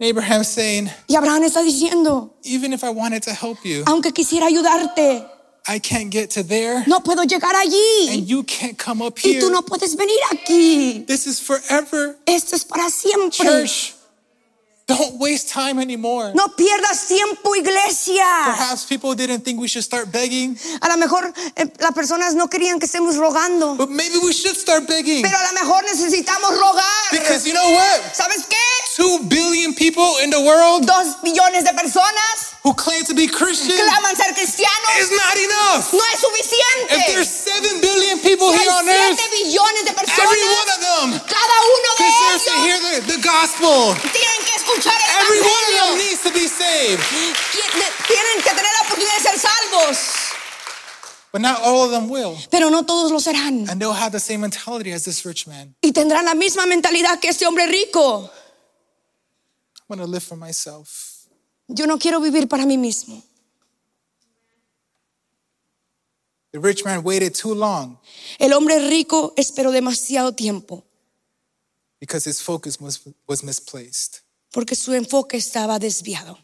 Abraham's saying, Y Abraham está diciendo, even if I wanted to help you, aunque quisiera ayudarte, I can't get to there no puedo llegar allí. and you can't come up Y tú here. no puedes venir aquí. This is forever. Esto es para siempre. Church, don't waste time anymore. No pierdas tiempo, iglesia. Perhaps people didn't think we should start begging, A lo mejor eh, las personas no querían que estemos rogando, but maybe we should start begging pero a lo mejor necesitamos rogar. because you know what? ¿Sabes qué? Two billion people in the world Dos millones de personas who claim to be Christian claman ser is cristianos. not enough. No es If there's suficiente. seven billion people Hay here on earth, siete billones de every one personas. of them Cada uno de deserves to ellos hear the, the gospel. tienen que escuchar el Every one of them evangelio. needs to be saved. Tien- Tienen que tener la oportunidad de ser salvos. But not all of them will. Pero no todos lo serán. And they'll have the same mentality as this rich man. Y tendrán la misma mentalidad que este hombre rico. I'm gonna live for myself. Yo no quiero vivir para mí mismo. The rich man waited too long El hombre rico esperó demasiado tiempo because his focus was, was misplaced. porque su enfoque estaba desviado.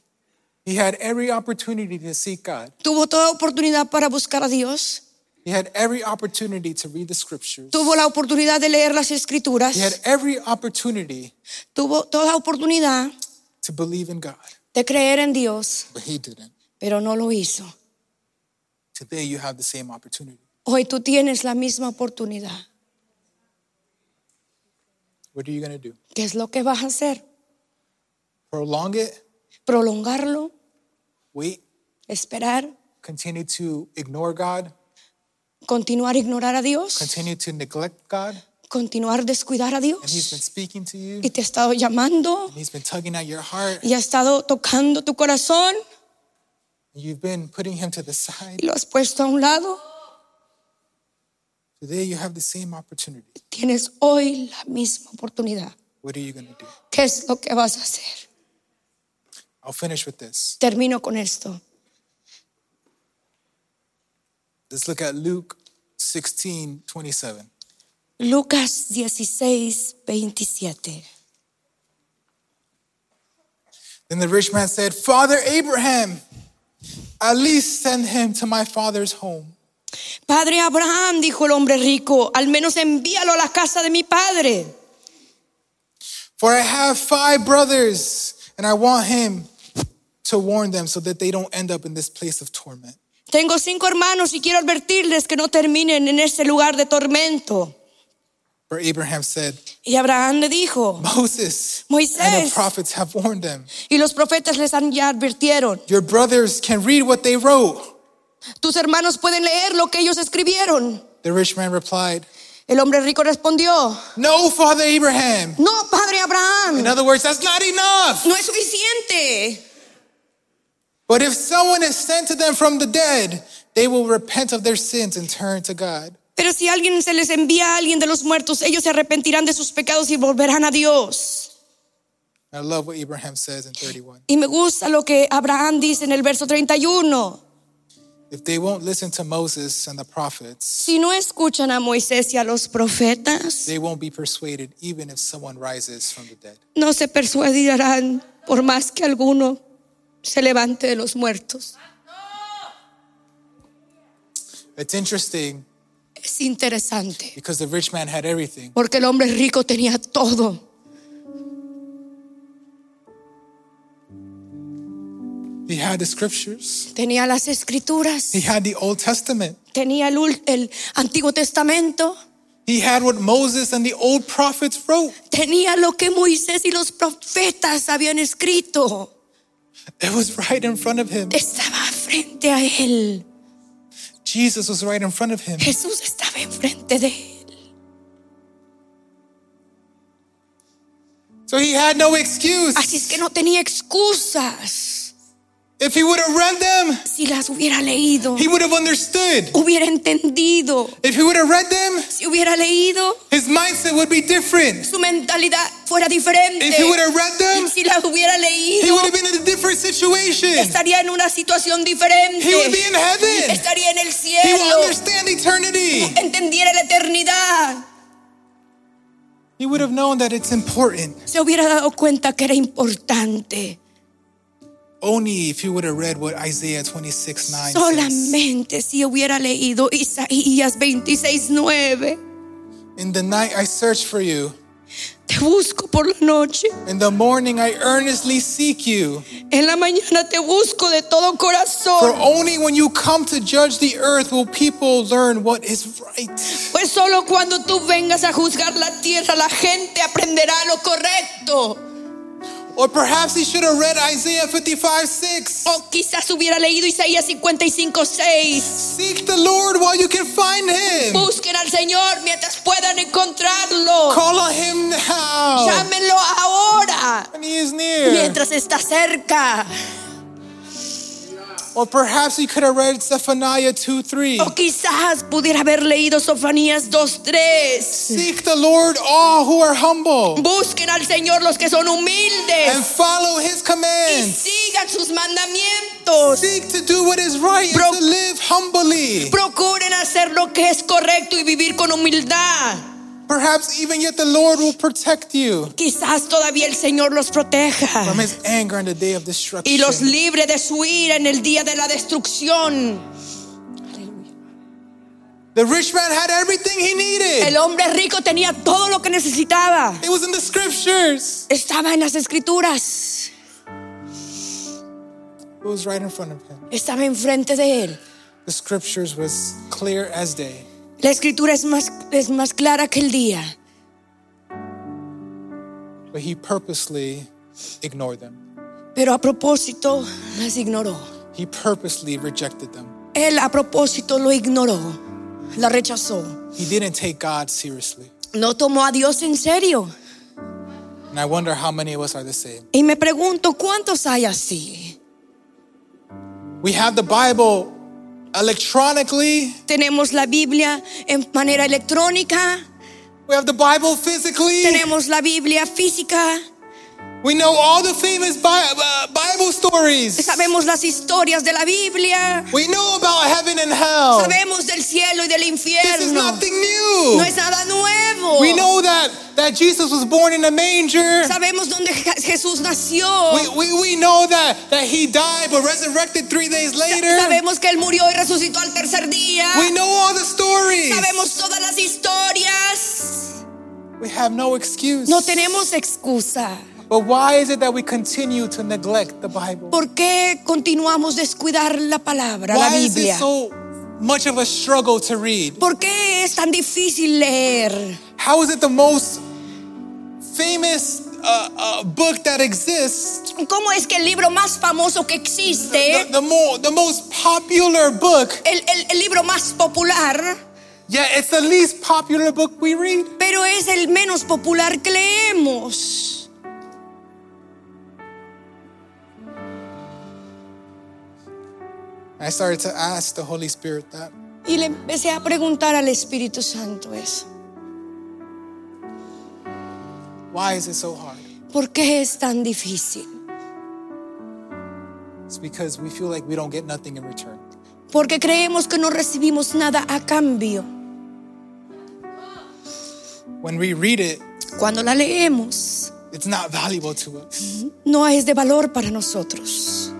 He had every opportunity to seek God. Tuvo toda oportunidad para buscar a Dios. He had every opportunity to read the scriptures. Tuvo la oportunidad de leer las escrituras. He had every opportunity Tuvo toda oportunidad to believe in God, de creer en Dios, but he didn't. pero no lo hizo. Today you have the same opportunity. Hoy tú tienes la misma oportunidad. What are you gonna do? ¿Qué es lo que vas a hacer? Prolong it, ¿Prolongarlo? wait, ¿Esperar? continue to ignore God, ¿Continuar a ignorar a Dios? continue to neglect God, ¿Continuar a descuidar a and he's been Dios? speaking to you, Y te ha estado llamando and he's been tugging at your heart, y ha estado tocando tu corazón and you've been putting him to the side. y lo has puesto a un lado. Today you have the same opportunity. Tienes hoy la misma oportunidad. What are you gonna do? ¿Qué es lo que vas a hacer? I'll finish with this. Termino con esto. Let's look at Luke 16, 27. Lucas 16, 27. Then the rich man said, Father Abraham, at least send him to my father's home. Padre Abraham, dijo el hombre rico, al menos envíalo a la casa de mi padre, For I have five brothers, and I want him to warn them so that they don't end up in this place of torment. Tengo cinco hermanos y quiero advertirles que no terminen en este lugar de tormento. For Abraham said, Y Abraham le dijo, Moses and the Moisés prophets have warned them. y los profetas les han ya advirtieron, Your brothers can read what they wrote. tus hermanos pueden leer lo que ellos escribieron. The rich man replied, El hombre rico respondió, No, Father Abraham. no, padre In Abraham, other words, that's not enough. no es suficiente. But if someone is sent to them from the dead, they will repent of their sins and turn to God. Pero si alguien se les envía a alguien de los muertos, ellos se arrepentirán de sus pecados y volverán a Dios. I love what Abraham says in 31. Y me gusta lo que Abraham dice en el verso 31. If they won't listen to Moses and the prophets, Si no escuchan a Moisés y a los profetas, they won't be persuaded even if someone rises from the dead. no se persuadirán por más que alguno se levante de los muertos. It's interesting Es interesante, because the rich man had everything, porque el hombre rico tenía todo. he had the scriptures, Tenía las escrituras, he had the Old Testament, tenía el, ul- el Antiguo Testamento, he had what Moses and the old prophets wrote. tenía lo que Moisés y los profetas habían escrito. It was right in front of him. estaba frente a él. Jesus was right in front of him. Jesús estaba enfrente de él. So he had no excuse. Así es que no tenía excusas. If he would have read them, Si las hubiera leído, he would have understood. hubiera entendido. If he would have read them, Si hubiera leído, his mindset would be different. su mentalidad fuera diferente. If he would have read them, Si las hubiera he leído, would have been in a different situation. estaría en una situación He would be diferente. in heaven. Estaría en el He cielo. will understand eternity. Entendiera la eternidad. he would have known that it's important se hubiera dado cuenta que era importante. only if he would have read what Isaiah 26 9 says. Solamente si hubiera leído Isaías 26, 9. In the night I search for you, Te busco por la noche. in the morning I earnestly seek you. En la mañana te busco de todo For corazón. only when you come to judge the earth will people learn what is right. Pues solo cuando tú vengas a juzgar la tierra, la gente aprenderá lo correcto. Or perhaps he should have read Isaiah 55 6. O quizás hubiera leído Isaías 55, 6. Seek the Lord while you can find him. Busquen al Señor mientras puedan encontrarlo. Call on him now. Llámenlo ahora, When he is near. mientras está cerca. Or perhaps he could have read Zephaniah 2 3. O quizás pudiera haber leído Sofanías 2.3. Seek the Lord, all who are humble, Busquen al Señor los que son and humildes follow his y commands. sigan sus mandamientos. Seek to do what is right Pro- and to live humbly. Procuren hacer lo que es correcto y vivir con humildad. Perhaps even yet the Lord will protect you Quizás todavía el Señor los proteja from his anger on the day of y los destruction. libre de su ira en el día de la destrucción. The rich man had everything he El needed. hombre rico tenía todo lo que necesitaba. It was in the scriptures. Estaba en las escrituras. It was right in front of him. Estaba enfrente de él. The scriptures was clear as day. La escritura es más, es más clara que el día. But he purposely ignored them. Pero a propósito, las ignoró. He purposely rejected them. Él a propósito lo ignoró, la rechazó. He didn't take God seriously. No tomó a Dios en serio. And I wonder how many of us are the same. Y me pregunto, ¿cuántos hay así? We have the Bible electronically, Tenemos la Biblia en manera electrónica, we have the Bible physically. tenemos la Biblia física, We know all the famous Bi- uh, Bible stories. sabemos las historias de la Biblia, We know about heaven and hell. sabemos del cielo y del This is infierno. nothing No new. es nada nuevo. We know that, that Jesus was born in a manger. Sabemos dónde Je- Jesús nació. We, we, we know that, that he died but resurrected three days later. Sabemos que Él murió y resucitó al tercer día. We know all the stories. Sabemos todas las historias. We have no excuse. No tenemos excusa. But why is it that we continue to neglect the Bible? ¿Por qué continuamos descuidar la palabra, la Why is it Biblia? so much of a struggle to read? ¿Por qué es tan difícil leer? How is it the most famous uh, uh, book that exists ¿Cómo es que el libro más famoso que existe, the, the, more, the most popular book, el, el- el libro más popular, yet it's the least popular book we read. pero es el menos popular que leemos? I started to ask the Holy Spirit that. Y le empecé a preguntar al Espíritu Santo eso. Why is it so hard? ¿Por qué es tan difícil? It's because we feel like we don't get nothing in return. Porque creemos que no recibimos nada a cambio. When we read it, Cuando la leemos, it's not valuable to us. no es de valor para nosotros.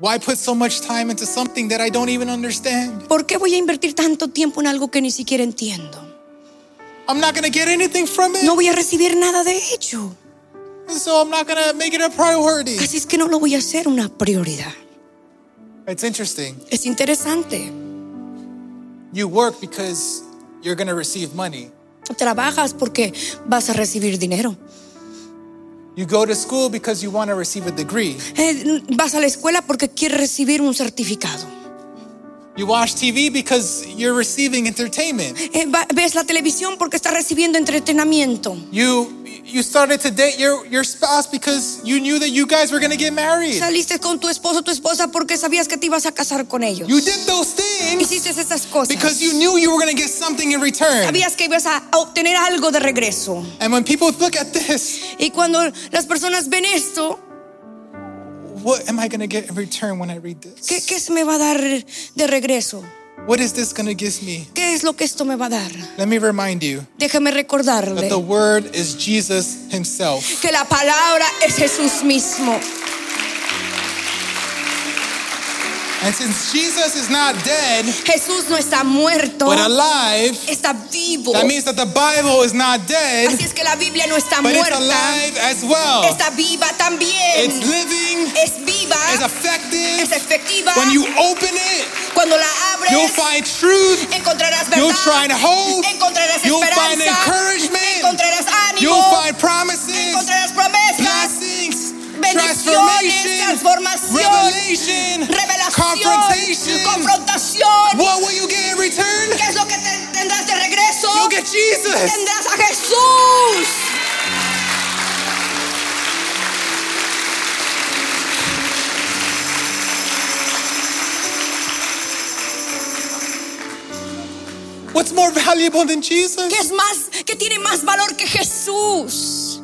Why put so much time into something that I don't even understand? ¿Por qué voy a invertir tanto tiempo en algo que ni siquiera entiendo? I'm not gonna get anything from it, No voy a recibir nada de ello. and so I'm not gonna make it a priority. Así es que no lo voy a hacer una prioridad. It's interesting. Es interesante. You work because you're gonna receive money. Trabajas porque vas a recibir dinero. You go to school because you wanna receive a degree. Eh, vas a la escuela porque quieres recibir un certificado. You watch TV because you're receiving entertainment. Eh, va- ves la televisión porque estás recibiendo entretenimiento. You you started to date your your spouse because you knew that you guys were going to get married. Saliste con tu esposo o tu esposa porque sabías que te ibas a casar con ellos. You did those things Hiciste esas cosas. because you knew you were going to get something in return. Sabías que ibas a a obtener algo de regreso. And when people look at this, Y cuando las personas ven esto, what am I going to get in return when I read ¿qué, this? qué se me va a dar de regreso? What is this going to give me? ¿Qué es lo que esto me va a dar? Let me remind you Déjame that recordarle the Word is Jesus Himself. que la palabra es Jesús mismo. And since Jesus is not dead, Jesús no está muerto, but alive, está vivo. that means that the Bible is not dead, Así es que la Biblia no está but it's muerta, alive as well. está viva también. It's living, Es viva, it's es effective. efectiva. When you open it, Cuando la abres, you'll find truth, encontrarás verdad, you'll find hope, encontrarás you'll find esperanza, encouragement, encontrarás ánimo, you'll find promises, encontrarás promesas, blessings, bendiciones, transformation, transformación, revelation, revelación, confrontation. confrontación. What will you get in return? ¿Qué es lo que te- tendrás de regreso? You'll get Jesus. Tendrás a Jesús. What's more valuable than Jesus? ¿Qué es más? ¿Qué tiene más valor que Jesús?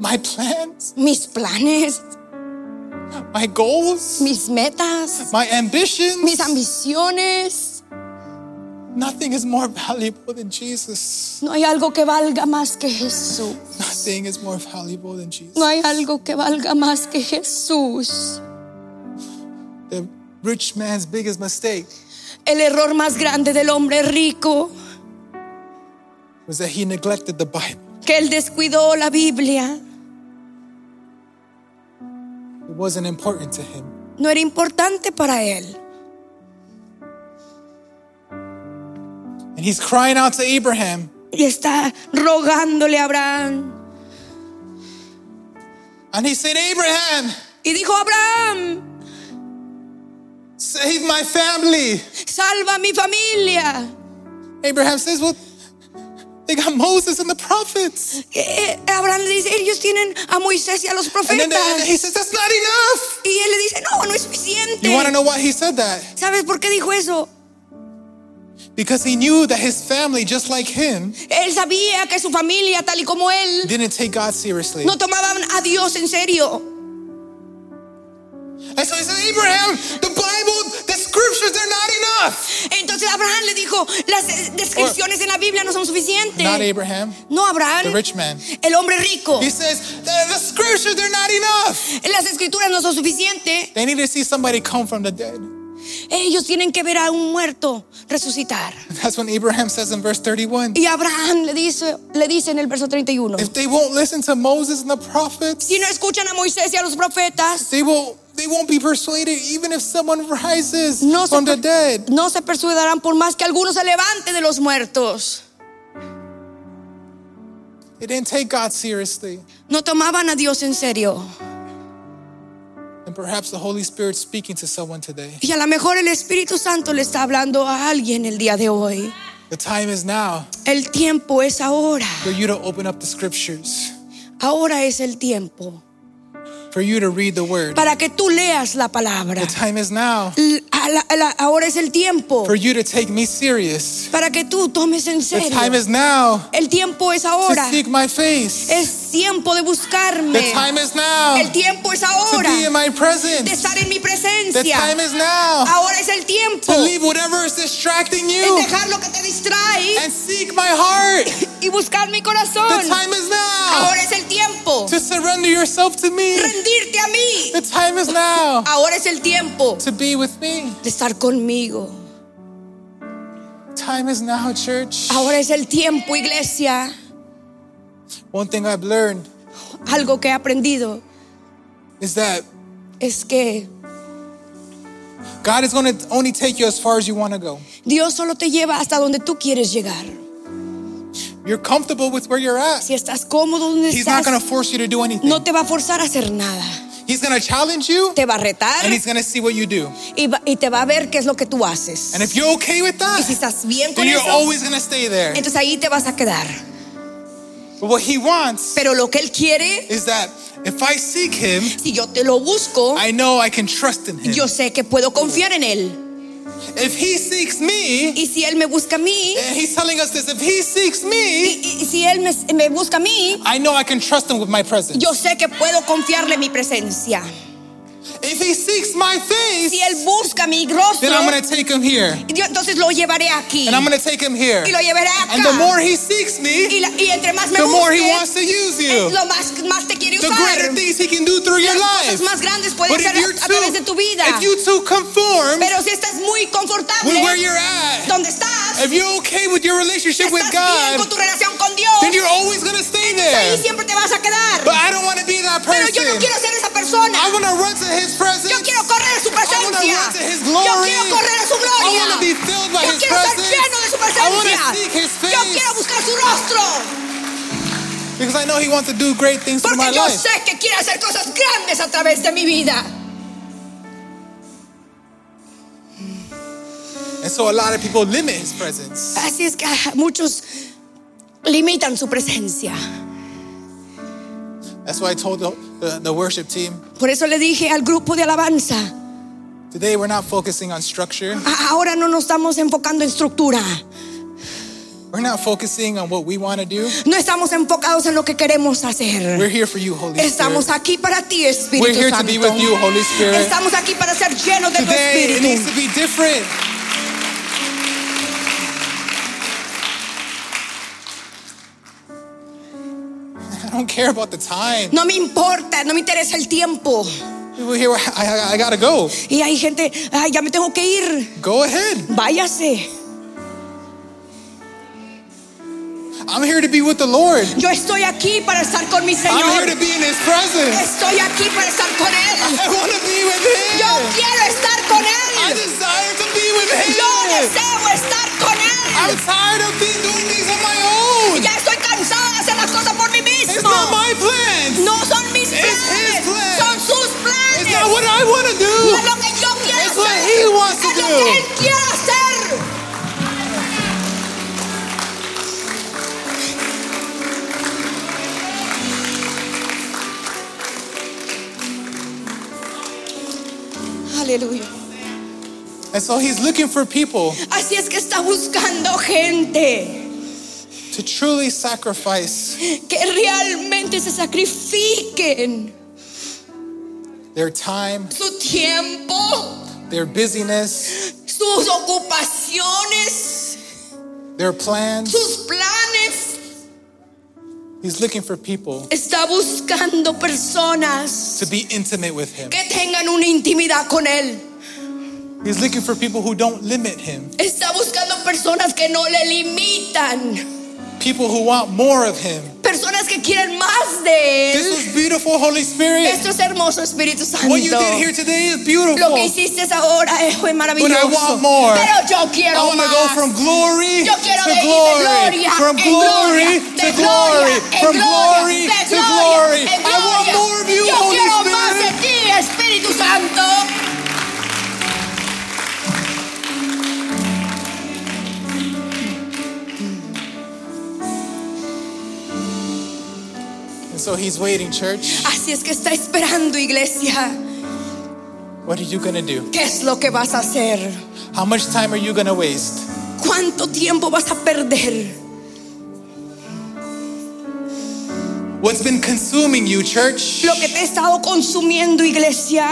My plans, Mis planes, my goals, mis metas, my ambitions. mis ambiciones. Nothing is more valuable than Jesus. No hay algo que valga más que Jesús. Nothing is more valuable than No Jesus. hay algo que valga más que Jesús. The rich man's biggest mistake El error más grande del hombre rico, was that he neglected the Bible. que él descuidó la Biblia, It wasn't important to him. no era importante para él. And he's crying out to Abraham, Y está rogándole a Abraham. and he said, Abraham, Y dijo, Abraham, save my family. salva a mi familia. Abraham says, Well, they got Moses and the prophets. Eh, eh, Abraham le dice, ellos tienen a Moisés y a los And then the- profetas. he says, That's not enough. Y él le dice, no, no es You want to suficiente. know why he said that? ¿Sabes por qué dijo eso? Because he knew that his family, just like him, Él sabía que su familia, tal y como él, didn't take God seriously. no tomaban a Dios en serio. And so he said, Abraham, the Bible, the scriptures, they're not enough. Entonces Abraham le dijo, las eh, descripciones en la Biblia no son suficientes. Not Abraham, No, the Abraham, rich man. el hombre rico, He says, the, the scriptures, they're not enough. las escrituras no son suficientes. They need to see somebody come from the dead. Ellos tienen que ver a un muerto resucitar. That's when Abraham says in verse 31, Y Abraham le dice, le dice en el verso 31, if they won't listen to Moses and the prophets, si no escuchan a Moisés y a los profetas, they will they won't be persuaded even if someone rises no se, from the per- dead. no se persuadirán por más que alguno se levante de los muertos. They didn't take God seriously. No tomaban a Dios en serio. And perhaps the Holy Spirit speaking to someone today. Y a lo mejor el Espíritu Santo le está hablando a alguien el día de hoy. The time is now El tiempo es ahora. for you to open up the scriptures, Ahora es el tiempo for you to read the word. para que tú leas la palabra. The time is now L- a la- a la- Ahora es el tiempo for you to take me serious. para que tú tomes en The time serio. is now El tiempo es to ahora. seek my face. Es tiempo de The buscarme. time is now El tiempo es to ahora be in my de presence. estar en mi The time presencia. is now Ahora es el tiempo to leave whatever is distracting de you dejar lo que te distrae and seek my heart. y buscar mi The corazón. time is now Ahora es el tiempo to surrender yourself to me. rendirte a mí. The time is now Ahora es el tiempo to be with me. de estar conmigo. Time is now, church. Ahora es el tiempo, iglesia. One thing I've learned Algo que he aprendido is that es que God is going to only take you as far as you want to go. Dios solo te lleva hasta donde tú quieres llegar. You're comfortable with where you're at. Si estás cómodo donde He's not estás, going to force you to do anything. no te va a forzar a hacer nada. He's going to challenge you Te va a retar and he's going to see what you do. y, va- y te va a ver qué es lo que tú haces. And if you're okay with Y si that, estás bien con then you're eso, always going to stay there. entonces ahí te vas a quedar. But what he wants Pero lo que Él quiere, is that if I seek him, si yo te lo busco, I know I can trust in him. yo sé que puedo confiar en Él. If he seeks me, Y si Él me busca a mí, and he's telling us this, if he seeks y, me, y- y si Él me, me busca a mí, I know I can trust him with my presence. yo sé que puedo confiarle mi presencia. If If he seeks my face, Si él busca mi rostro, then I'm going to take him here. yo entonces lo llevaré aquí. And I'm going to take him here. Y lo llevaré acá. And the more he seeks y, me, la- y entre más me the more he busques, wants to use eh, you. lo más, más te quiere The usar. greater things he can do through your Las life. cosas más grandes pueden But ser if you're a, a través de tu too, vida. if you too conform Pero si estás muy confortable with where you're at, donde estás, if you're okay with your relationship estás with bien God, con tu relación con Dios, then you're always going to stay ahí there. siempre te vas a quedar. But I don't want to be that Pero yo no person. quiero ser esa persona. I want to run to his presence. Yo quiero correr a su presencia. run to his glory. Yo quiero correr a su I gloria. want to be filled by Yo his quiero ser presence. lleno de su I want to presencia. seek his Yo quiero face buscar su rostro. because I know he wants to do great things for my Porque yo life. sé que quiere hacer cosas grandes a través de mi vida. And so a lot of people limit his presence. Así es que ah, muchos limitan su presencia. That's why I told the, the, the worship team Por eso le dije al grupo de alabanza, today we're not focusing on structure. "A- ahora no nos estamos enfocando en estructura, We're not focusing on what we want to do. no estamos enfocados en lo que queremos We're hacer. here for you, Holy Estamos Spirit. aquí para ti, Espíritu We're here to Santo. be with you, Holy Spirit. Estamos aquí para ser llenos de tu Today it needs Espíritu. to be different. I don't care about the time. No me importa, no me interesa el tiempo. People here, I, I, I gotta go. Y hay gente, ay, ya me tengo que ir. Go ahead. Váyase. I'm here to be with the Lord. Yo estoy aquí para estar con mi I'm here Señor. to be in His presence. Estoy aquí para estar con Él. I want to be with Yo Him. quiero estar con I Él. desire to be with Yo Him. deseo estar con I'm Él. tired of being doing things on my own. Ya estoy cansada de hacer las cosas por mí It's mismo. not my plans. No son mis It's his planes, plan. son sus It's not planes. what I want to No do. es lo que yo quiero It's what hacer. he wants to Es lo que Él do. quiere hacer. Aleluya. And so He's looking for people Así es que está buscando gente to truly sacrifice que realmente se sacrifiquen their time, su tiempo, their busyness, sus ocupaciones, their plans. sus planes. He's looking for people Está buscando personas to be intimate with Him. que tengan una intimidad con Él. He's looking for people who don't limit Him, Está buscando personas que no le limitan. people who want more of Him. Personas que quieren más de Él. This is beautiful, Holy Spirit. Esto es hermoso, Espíritu Santo. What you did here today is Lo beautiful. que hiciste ahora eh, fue maravilloso. But I want more. Pero I yo quiero want to más. go from glory Yo quiero to de- de glory, gloria from en glory gloria, to de glory, gloria en from glory gloria, to de glory. gloria en I want gloria. more of you, Yo Holy quiero más de Spirit. ti, Espíritu Santo. And so He's waiting, church. Así es que está esperando, iglesia. What are you going to do? ¿Qué es lo que vas a hacer? How much time are you going to waste? ¿Cuánto tiempo vas a perder? What's been consuming you, church? Lo que te he estado consumiendo, iglesia.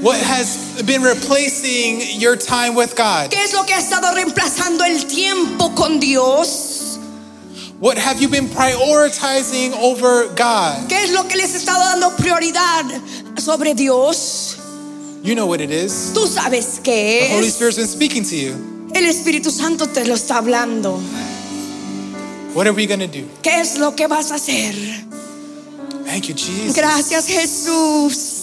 What has been replacing your time with God? ¿Qué es lo que ha estado reemplazando el tiempo con Dios? What have you been prioritizing over God? ¿Qué es lo que les he estado dando prioridad sobre Dios? You know what it is. Tú sabes The qué Holy es. Spirit's been speaking to you. El Espíritu Santo te lo está hablando. What are we going to do? ¿Qué es lo que vas a hacer? Thank you, Jesus. Gracias Jesús.